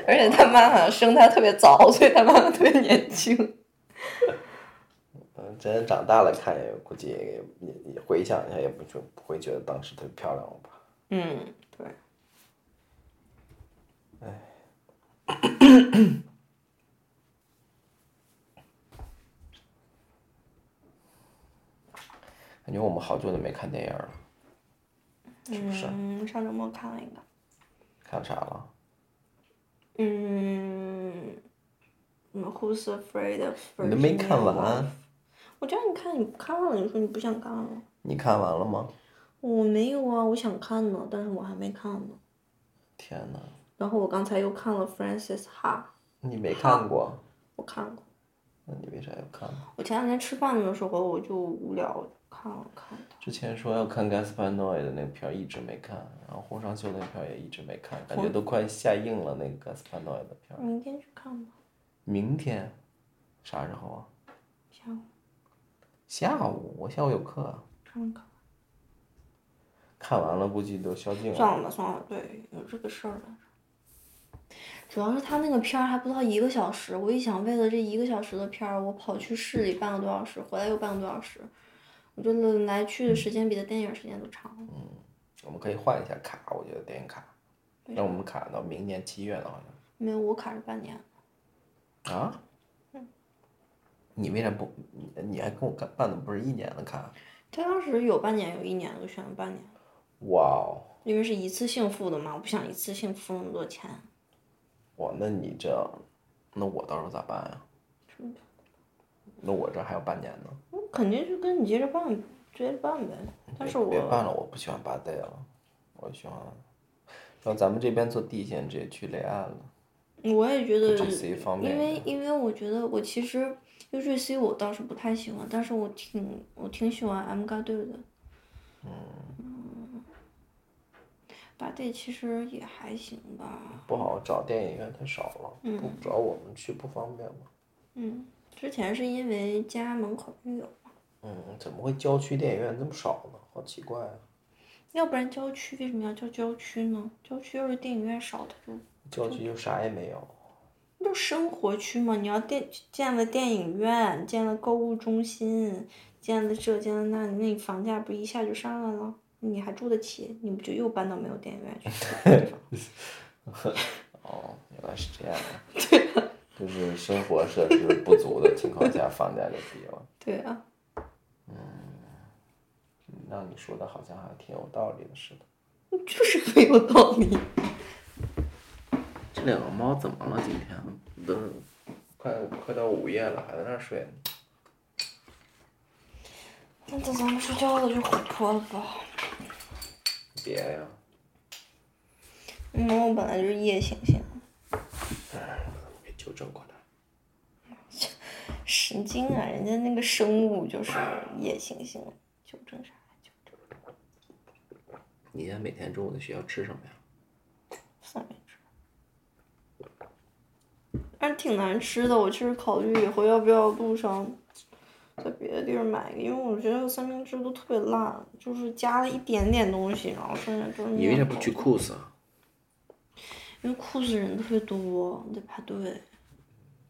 S1: 而且他妈好像生他特别早，所以他妈妈特别年轻。
S2: 嗯，真长大了看也估计也也也回想一下，也不就不会觉得当时特别漂亮了吧？
S1: 嗯，对，
S2: 感觉我们好久都没看电影了，是不是？
S1: 嗯，上周末看了一个，
S2: 看啥了？
S1: 嗯。嗯，Who's Afraid of？
S2: 你都没看
S1: Virginia
S2: 完
S1: Woolf？我叫你看，你看了，你说你不想看了。
S2: 你看完了吗？
S1: 我没有啊，我想看呢，但是我还没看呢。
S2: 天呐，
S1: 然后我刚才又看了 Francis Ha，
S2: 你没看过，
S1: 我看过。
S2: 那你为啥要看？
S1: 我前两天吃饭的时候我就无聊，我就看了看它。
S2: 之前说要看《Gaspar Noé》的那个片儿一直没看，然后《洪尚秀》那个片儿也一直没看，感觉都快下映了。那个《Gaspar Noé》的片儿，
S1: 明天去看吧，
S2: 明天啥时候啊？
S1: 下午
S2: 下午，我下午有课啊。
S1: 看看。
S2: 看完了估计都宵禁了。
S1: 算了吧，算了，对，有这个事儿来着。主要是他那个片儿还不到一个小时，我一想为了这一个小时的片儿，我跑去市里半个多小时，回来又半个多小时，我觉得来去的时间比他电影时间都长了。
S2: 我们可以换一下卡，我觉得电影卡，让我们卡到明年七月了好
S1: 没有，我卡是半年。
S2: 像。啊？
S1: 嗯
S2: 你为啥不？你你还跟我干办的不是一年的卡？
S1: 他当时有半年，有一年，我选了半年。
S2: 哇哦，
S1: 因为是一次性付的嘛，我不想一次性付那么多钱。
S2: 哇，那你这，那我到时候咋办呀、那我这还有半年呢。
S1: 我肯定是跟你接着办，接着办呗。但是
S2: 别
S1: 我
S2: 办了，我不喜欢八 day 了，我喜欢。然后咱们这边坐地线直接去雷岸了
S1: 我也觉得，
S2: ，UGC 方
S1: 因
S2: 面
S1: 为因为我觉得我其实 UGC 我倒是不太喜欢，但是我挺我挺喜欢 M 嘎队的。嗯。八 day 其实也还行吧。
S2: 不好找电影院太少了，不找我们去不方便嘛。
S1: 嗯，之前是因为家门口就有，
S2: 嗯，怎么会郊区电影院这么少呢？好奇怪啊！
S1: 要不然郊区为什么要叫郊区呢？郊区要是电影院少，它就
S2: 郊区就啥也没有。
S1: 那就是生活区嘛，你要电建了电影院，建了购物中心，建了这建了那，那你房价不一下就上来了？你还住得起？你不就又搬到没有电影院去的地方？
S2: 哦，原来是这样 啊。就是生活设施不足的情况下，房价就低了。
S1: 对啊，
S2: 那你说的好像还挺有道理的似的。
S1: 就是没有道理。
S2: 这两个猫怎么了？今天都快快到午夜了，还在那儿睡呢。
S1: 那等咱们睡觉了就活泼了吧？
S2: 别呀，
S1: 嗯，我本来就是夜行性，
S2: 别纠正过来。
S1: 神经啊！人家那个生物就是夜行性，纠正啥？纠正
S2: 你今天每天中午在学校吃什么呀？
S1: 三明治，但是挺难吃的。我其实考虑以后要不要路上在别的地儿买一个，因为我觉得三明治都特别烂，就是加了一点点东西，然后剩下都是
S2: 你为啥
S1: 面
S2: 不
S1: 包
S2: 去酷斯啊？
S1: 因为库斯人特别多，你得排队。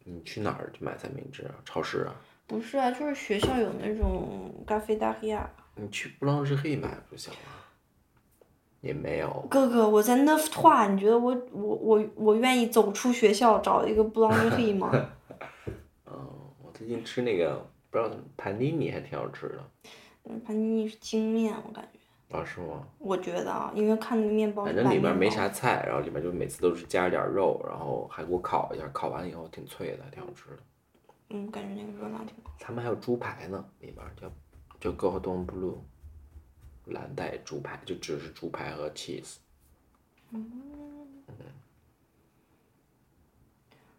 S2: 你去哪儿去买三明治啊？超市啊？
S1: 不是啊，就是学校有那种咖啡达利亚。
S2: 你去布朗日黑买不行吗？也没有，
S1: 哥哥，我在那画，你觉得我我我我愿意走出学校找一个布 朗日黑吗？
S2: 嗯，我最近吃那个不知道盘尼尼还挺好吃的，
S1: 嗯盘尼尼是精面，我感觉，
S2: 啊是吗？
S1: 我觉得啊，因为看那个面包是
S2: 反
S1: 白
S2: 正里面
S1: 面
S2: 没
S1: 包
S2: 啥菜，然后里面就每次都是加点儿肉，然后还给我烤一下，烤完以后挺脆的，挺好吃的。
S1: 嗯，感觉那个热量挺高。
S2: 他们还有猪排呢，里边儿叫叫 Golden Blue，蓝带猪排，就只是猪排和 cheese。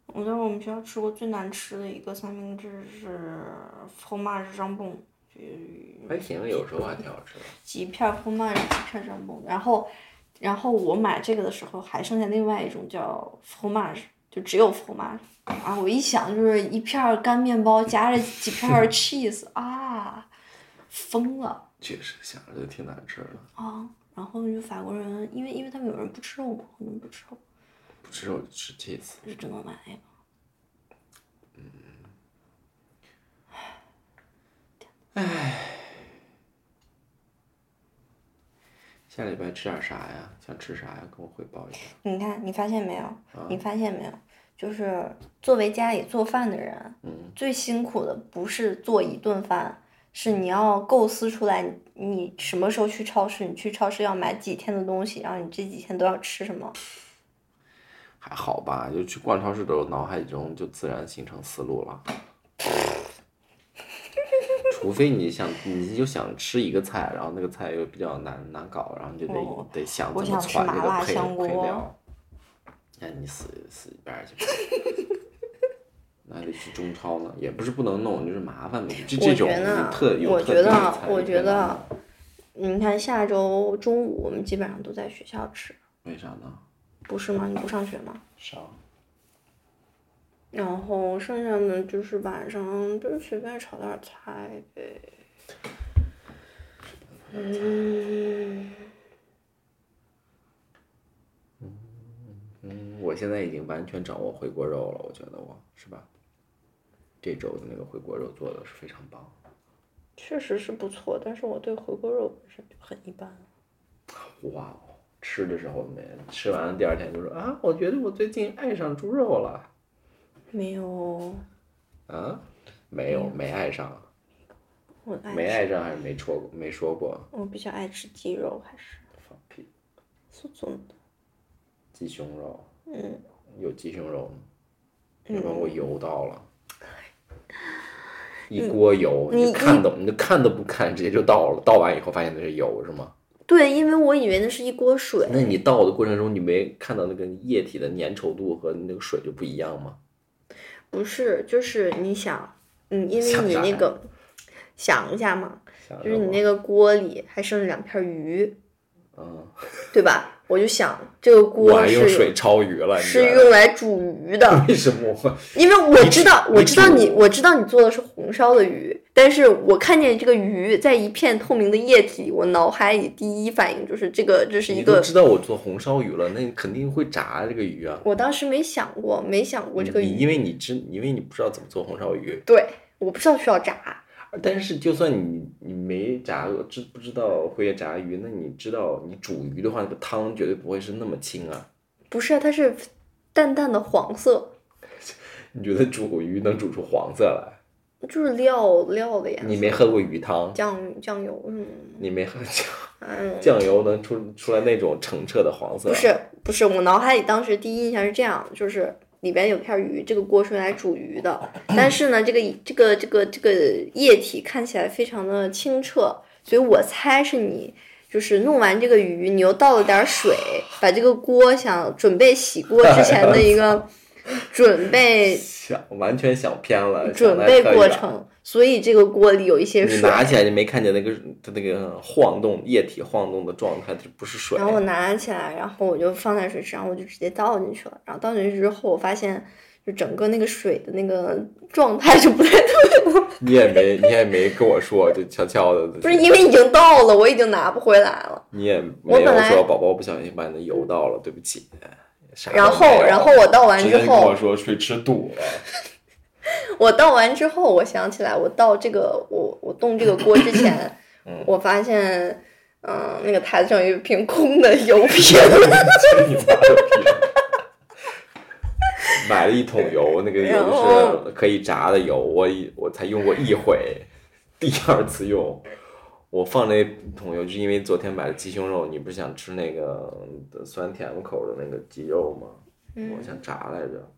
S1: 我在我们学校吃过最难吃的一个三明治是 fromage jambon，就是
S2: 还行，有时候还挺好吃的。
S1: 几片 fromage 几片 jambon，然后然后我买这个的时候还剩下另外一种叫 fromage，就只有 fromage 啊，我一想就是一片干面包夹着几片 cheese 啊，疯了。
S2: 确实想着就挺难吃的，
S1: 啊，然后就法国人，因为因为他们有人不吃肉嘛，很多人不吃肉，
S2: 不吃肉就吃 cheese。
S1: 就只能买那个。
S2: 下礼拜吃点啥呀？想吃啥呀？跟我汇报一下。
S1: 你看，你发现没有？你
S2: 啊
S1: 发现没有？就是作为家里做饭的人，
S2: 嗯，
S1: 最辛苦的不是做一顿饭，是你要构思出来你你什么时候去超市，你去超市要买几天的东西，然后你这几天都要吃什么。
S2: 还好吧，就去逛超市的时候，脑海中就自然形成思路了。除非你想，你就想吃一个菜，然后那个菜又比较难难搞，然后你就得、
S1: 我
S2: 得想
S1: 哦我
S2: 怎么
S1: 想吃
S2: 攒这
S1: 麻
S2: 个
S1: 辣
S2: 配
S1: 香
S2: 配
S1: 锅
S2: 料。那你死死一边儿去吧。那还得去中超呢，也不是不能弄，就是麻烦呗。就
S1: 我
S2: 这
S1: 觉
S2: 种
S1: 得啊
S2: 特有
S1: 我
S2: 特
S1: 觉
S2: 定
S1: 得
S2: 的
S1: 啊
S2: 菜
S1: 我
S2: 就
S1: 觉
S2: 别弄
S1: 得
S2: 了
S1: 嗯你看，下周中午我们基本上都在学校吃，
S2: 为啥呢？
S1: 不是吗？你不上学吗？
S2: 上
S1: 然后剩下的就是晚上就是随便炒点菜呗。嗯，
S2: 嗯，我现在已经完全掌握回锅肉了，我觉得我是吧？这周的那个回锅肉做的是非常棒，
S1: 确实是不错，但是我对回锅肉本身就很一般。
S2: 哇哦！吃的时候没吃完了，第二天就说啊，我觉得我最近爱上猪肉了
S1: 没有，
S2: 啊，没有，没爱上，
S1: 我爱
S2: 没
S1: 吃
S2: 爱上还是没说过，没说过，
S1: 我比较爱吃鸡肉还是
S2: 放屁！
S1: 素粽的。
S2: 鸡胸肉
S1: 嗯，
S2: 有鸡胸肉吗？你把我油到 了，一锅油，
S1: 你
S2: 你看嗯都你都看都不看，直接就倒了，倒完以后发现那是油是吗？
S1: 对，因为我以为那是一锅水，
S2: 那你倒的过程中，你没看到那个液体的粘稠度和那个水就不一样吗？
S1: 不是，就是你想，嗯，因为
S2: 想啊
S1: 你
S2: 啥
S1: 那
S2: 呀
S1: 个，想一下嘛，
S2: 想
S1: 就是你
S2: 着
S1: 那个锅里还剩了两片鱼，
S2: 我，嗯，
S1: 对吧？我就想这个
S2: 我
S1: 锅
S2: 还用
S1: 是
S2: 水焯鱼了，你
S1: 是
S2: 觉得，
S1: 用来煮鱼的
S2: 为什么我？
S1: 因为我知道，
S2: 你
S1: 我知道你，
S2: 煮
S1: 我知道你做的是红烧的鱼，但是我看见这个鱼在一片透明的液体里，我脑海里第一反应就是这个，这是一
S2: 你都
S1: 个，
S2: 知道我做红烧鱼了，那你肯定会炸这个鱼啊。
S1: 我当时没想过，没想过这个
S2: 你因
S1: 鱼，
S2: 为你知，因为你不知道怎么做红烧鱼，
S1: 对，我不知道需要炸，
S2: 但是就算你你没炸过，知不知道会炸鱼，那你知道你煮鱼的话，那个汤绝对不会是那么清啊。
S1: 不是啊，它是淡淡的黄色，
S2: 你觉得煮鱼能煮出黄色来？
S1: 就是料料的颜色。
S2: 你没喝过鱼汤，
S1: 酱酱油嗯什么的？
S2: 你没喝酱
S1: 嗯，
S2: 酱油能出出来那种澄澈的黄色，
S1: 不是不是，我脑海里当时第一印象是这样，就是里边有片鱼，这个锅是用来煮鱼的，但是呢，这个这个这个这个液体看起来非常的清澈，所以我猜是你。就是弄完这个鱼，你又倒了点水，把这个锅想准备洗锅之前的一个准 备
S2: 想完全想偏了，
S1: 准
S2: 想得
S1: 备
S2: 太
S1: 过
S2: 远
S1: 程，所以这个锅里有一些
S2: 你
S1: 水。
S2: 拿起来，你没看见那个它那个晃动液体晃动的状态，这不是水
S1: 然。后我拿起来，然后我就放在水池，然后我就直接倒进去了。然后倒进去之后，我发现就整个那个水的那个状态就不太对，
S2: 你也没你也没跟我说，就悄悄的。
S1: 不是因为已经倒了，我已经拿不回来了。
S2: 你也没
S1: 我
S2: 有
S1: 本来
S2: 说宝宝不小心把你的油倒了，对不起。啥都
S1: 然后
S2: 没有，
S1: 然后我倒完
S2: 直
S1: 之
S2: 接跟我
S1: 后，
S2: 说水池堵了，
S1: 我倒完之后，我想起来，我倒这个我我动这个锅之前，我发现，嗯、那个台子上有一瓶空的油瓶。
S2: 去你妈的逼！买了一桶油，那个
S1: 然
S2: 油
S1: 后
S2: 是可以炸的油，我一我才用过一回，第二次用。我放那桶油，是因为昨天买的鸡胸肉，你不是想吃那个酸甜口的那个鸡肉吗？
S1: 嗯
S2: 我想炸来着。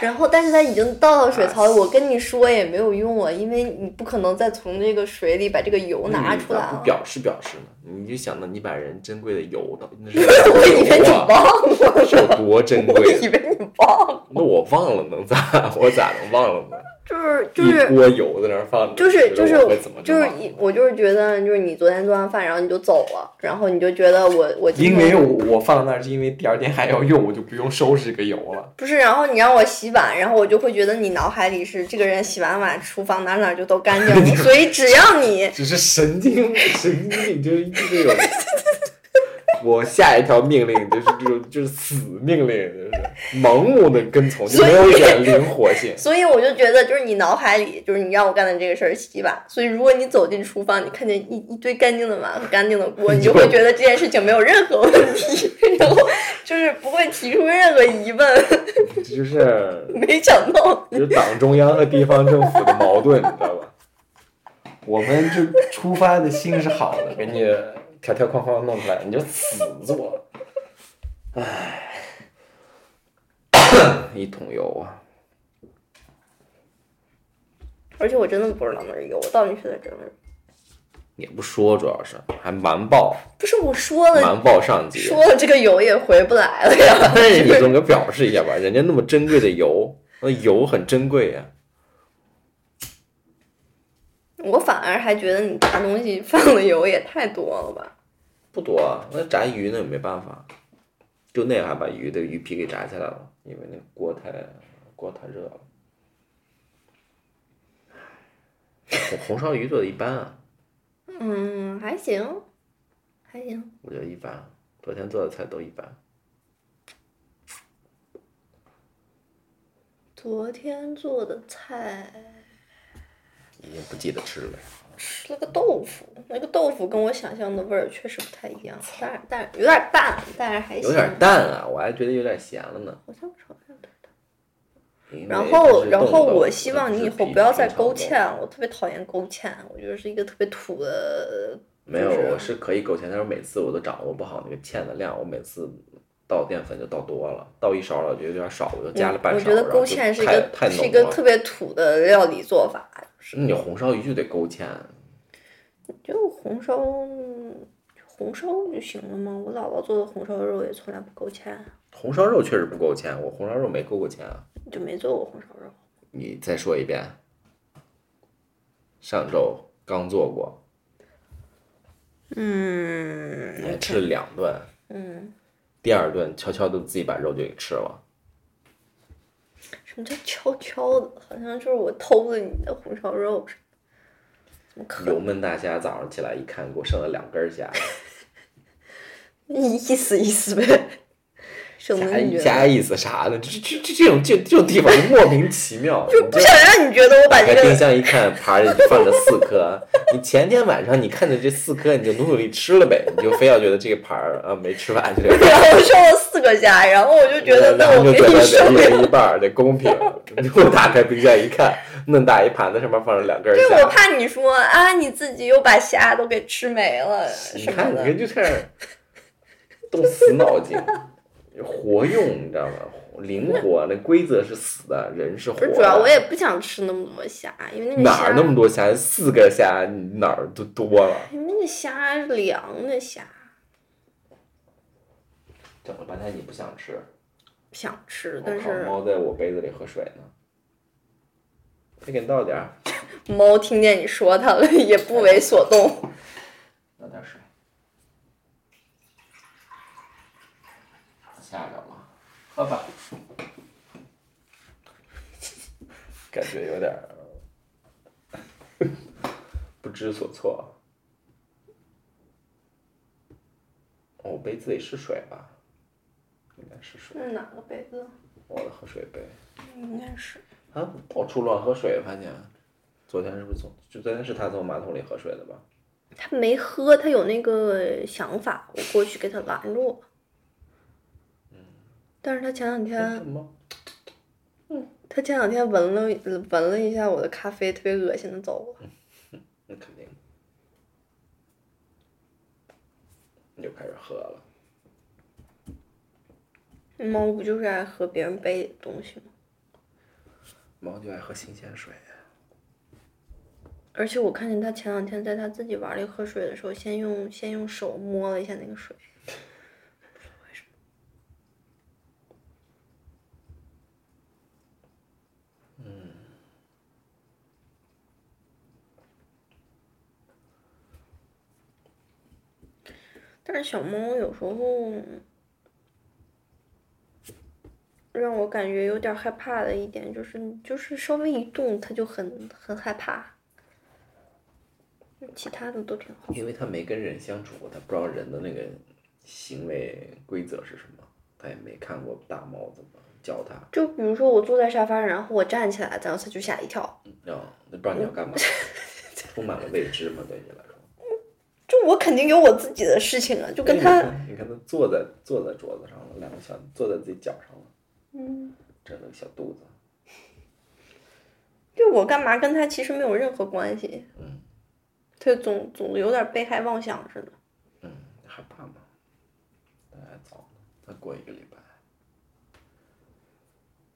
S1: 然后，但是它已经倒到水槽
S2: 啊
S1: 里，我跟你说也没有用啊，因为你不可能再从这个水里把这个油拿
S2: 你
S1: 出
S2: 咋
S1: 来
S2: 嗯不
S1: 了。
S2: 表示表示呢？你就想到你把人珍贵的油的，那 是
S1: 我以为你忘
S2: 哇
S1: 了，
S2: 是有多珍
S1: 我
S2: 贵？
S1: 以为你忘了，
S2: 那我忘了能咋？我咋能忘了呢？
S1: 就是就是
S2: 一锅油在那儿放着，
S1: 就是就
S2: 你
S1: 是
S2: 觉得我会怎么着啊
S1: 就是
S2: 忘
S1: 一我就是觉得就是你昨天做完饭，然后你就走了，然后你就觉得我我今
S2: 因
S1: 天
S2: 为我我放那儿是因为第二天还要用，我就不用收拾这个油了。
S1: 不是，然后你让我洗碗，然后我就会觉得你脑海里是这个人洗完碗，厨房哪哪就都干 净了，所以只要你
S2: 只是神经 神经病，就是这种。我下一条命令就是这种，就是死命令，就是盲目的跟从，就没有一点灵活性。
S1: 所以我就觉得，就是你脑海里，就是你让我干的这个事儿洗碗。所以如果你走进厨房，你看见一一堆干净的碗和干净的 锅，你就会觉得这件事情没有任何问题， 然后就是不会提出任何疑问。
S2: 就是
S1: 没想到，
S2: 就是党中央和地方政府的矛盾，你知道吧？我们就出发的心是好的，给你条条框框弄出来，你就死做。唉，一桶油啊！
S1: 而且我真的不知道那儿有，我倒进去的真的
S2: 也不说，主要是还瞒报，
S1: 不是我说了
S2: 瞒报上级，
S1: 说了这个油也回不来了呀。
S2: 但是你总给表示一下吧，人家那么珍贵的油，那油很珍贵啊呀、
S1: 我反而还觉得你炸东西放的油也太多了吧？
S2: 不多啊，那炸鱼那也没办法，就那还把鱼的鱼皮给炸起来了，因为那个锅太锅太热了。红红烧鱼做的一般啊，
S1: 嗯，还行，还行。
S2: 我觉得一般，昨天做的菜都一般。
S1: 昨天做的菜
S2: 已经不记得吃了，
S1: 吃了个豆腐，那个豆腐跟我想象的味儿确实不太一样，但是但是有点淡，但是哎还行，
S2: 有点淡啊，我还觉得有点咸了呢。
S1: 好像炒的有点淡。
S2: 因为
S1: 然后
S2: 它是
S1: 然
S2: 冻
S1: 后
S2: 的
S1: 我希望你以后不要再勾。
S2: 它是平常冻
S1: 芡，我特别讨厌勾芡，我觉得是一个特别土的。
S2: 没有，
S1: 就是
S2: 我是可以勾芡，但是每次我都掌握不好那个芡的量，我每次倒淀粉就倒多了，倒一勺了，我觉得有点少，我就加了半
S1: 嗯我
S2: 勺。
S1: 觉得
S2: 然后
S1: 勾
S2: 就
S1: 芡是一
S2: 太
S1: 个
S2: 太浓
S1: 是一个
S2: 了
S1: 特别土的料理做法，
S2: 那你红烧鱼就得勾芡，
S1: 就红烧红烧就行了嘛。我姥姥做的红烧肉也从来不勾芡，
S2: 红烧肉确实不勾芡，我红烧肉没勾过芡啊。
S1: 就没做过红烧肉。
S2: 你再说一遍，上周刚做过，
S1: 嗯
S2: 还吃了两顿，
S1: 嗯。
S2: 第二顿悄悄的自己把肉就给吃了。
S1: 什么叫悄悄的？好像就是我偷了你的红烧肉似的，怎么可能？
S2: 油焖大虾早上起来一看，给我剩了两根虾，
S1: 意意思意思呗， 省得
S2: 加
S1: 你
S2: 一
S1: 觉得
S2: 加意思啥的，这这这这种这这种地方就莫名其妙。
S1: 就
S2: 你
S1: 不
S2: 这
S1: 想让你觉得我把
S2: 打
S1: 这
S2: 开冰
S1: 个
S2: 箱一看，盘里放着四颗。 你前天晚上你看见这四颗，你就努努力吃了呗，你就非要觉得这个盘儿啊没吃 完就得。
S1: 然后剩了四个虾，然后我就觉得
S2: 那
S1: 那我
S2: 就
S1: 给
S2: 觉
S1: 你
S2: 得
S1: 剩
S2: 得
S1: 了，
S2: 一人一半儿得公平，我打开冰箱一看，那么大一盘子，上面放着两根
S1: 对，我
S2: 虾。
S1: 怕你说啊，你自己又把虾都给吃没了
S2: 你
S1: 什么
S2: 看，你
S1: 的
S2: 这。就开始动死脑筋，活用，你知道吗？灵活，那规则是死的，人是活
S1: 不
S2: 的。
S1: 是，主要我也不想吃那么多虾，因为那个
S2: 哪
S1: 虾
S2: 儿，那么多虾？四个虾你哪儿都多了。
S1: 因为那个虾凉的虾
S2: 整了半天你不想吃，
S1: 不想吃，
S2: 我
S1: 但
S2: 靠，
S1: 是
S2: 猫在我杯子里喝水呢。再给你倒点儿，
S1: 猫听见你说它了也不为所 动。
S2: 倒点水。下着了，喝吧。 感觉有点儿不知所措。我杯子里是水吧？应该是水，
S1: 是哪个杯子？
S2: 我的喝水杯。
S1: 应该是。
S2: 啊，到处乱喝水，发现昨天是不是从就昨天是他从马桶里喝水的吧？
S1: 他没喝，他有那个想法，我过去给他拦住了。嗯但是他前两天，
S2: 嗯什么？
S1: 他前两天闻了闻了一下我的咖啡，特别恶心的走了。
S2: 那肯定，你就开始喝了。
S1: 猫不就是爱喝别人杯里的东西吗？
S2: 猫就爱喝新鲜水，
S1: 而且我看见他前两天在他自己碗里喝水的时候，先用先用手摸了一下那个水，但是小猫有时候让我感觉有点害怕的一点就是，就是稍微一动它就很很害怕，其他的都挺好。
S2: 因为它没跟人相处过，它不知道人的那个行为规则是什么，它也没看过大猫怎么教它，
S1: 就比如说我坐在沙发上，然后我站起来，然后它就吓一跳。
S2: 然后它不知道你要干嘛，充满了未知嘛，对你来说。
S1: 就我肯定有我自己的事情啊，就跟它，
S2: 哎你看，你看它坐在坐在桌子上了，两个小坐在自己脚上了，
S1: 嗯，
S2: 这个小肚子。
S1: 就我干嘛跟它其实没有任何关系。
S2: 嗯，
S1: 它总总有点被害妄想似的。
S2: 嗯，害怕吗？那还早呢，再过一个礼拜。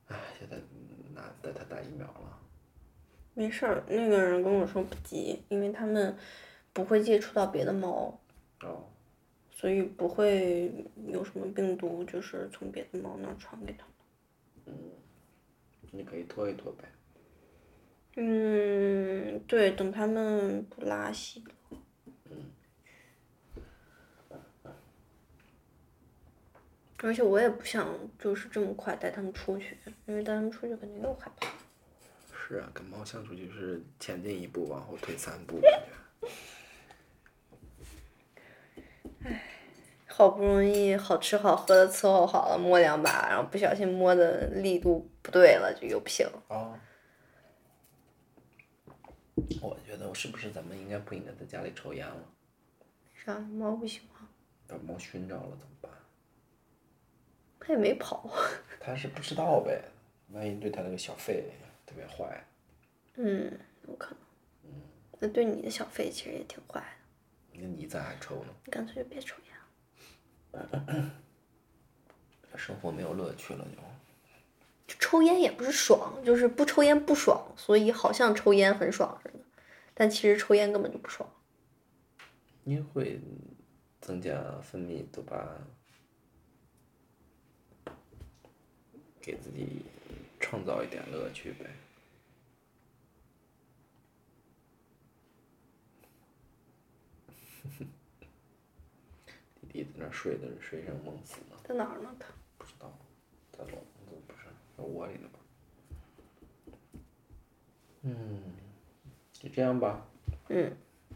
S2: 哎，现在嗯拿带他打疫苗了，
S1: 没事儿，那个人跟我说不急，因为他们不会接触到别的猫，
S2: 哦，
S1: 所以不会有什么病毒，就是从别的猫那儿传给他。
S2: 你可以拖一拖呗。
S1: 嗯，对，等他们不拉稀了。而且我也不想就是这么快带他们出去，因为带他们出去肯定又害怕。
S2: 是啊，跟猫相处就是前进一步，往后退三 步，感觉。
S1: 好不容易好吃好喝的伺候好了，摸两把，然后不小心摸的力度不对了，就又不行了。
S2: 哦。我觉得我是不是咱们应该不应该在家里抽烟了？
S1: 啥猫不行吗？
S2: 把猫熏着了怎么办？
S1: 它也没跑。啊
S2: 它是不知道呗，万一对它那个小肺特别坏。
S1: 嗯，有可能。那对你的小肺其实也挺坏的，
S2: 那你咋还抽呢？
S1: 你干脆就别抽烟了。
S2: 生活没有乐趣了就。
S1: 就抽烟也不是爽，就是不抽烟不爽，所以好像抽烟很爽似的，但其实抽烟根本就不爽。
S2: 烟会增加分泌多巴胺，给自己创造一点乐趣呗。弟弟在那儿睡的睡上梦死了，
S1: 在哪儿呢？它
S2: 不知道，在笼子不是在窝里呢吧？嗯，就这样吧。
S1: 嗯，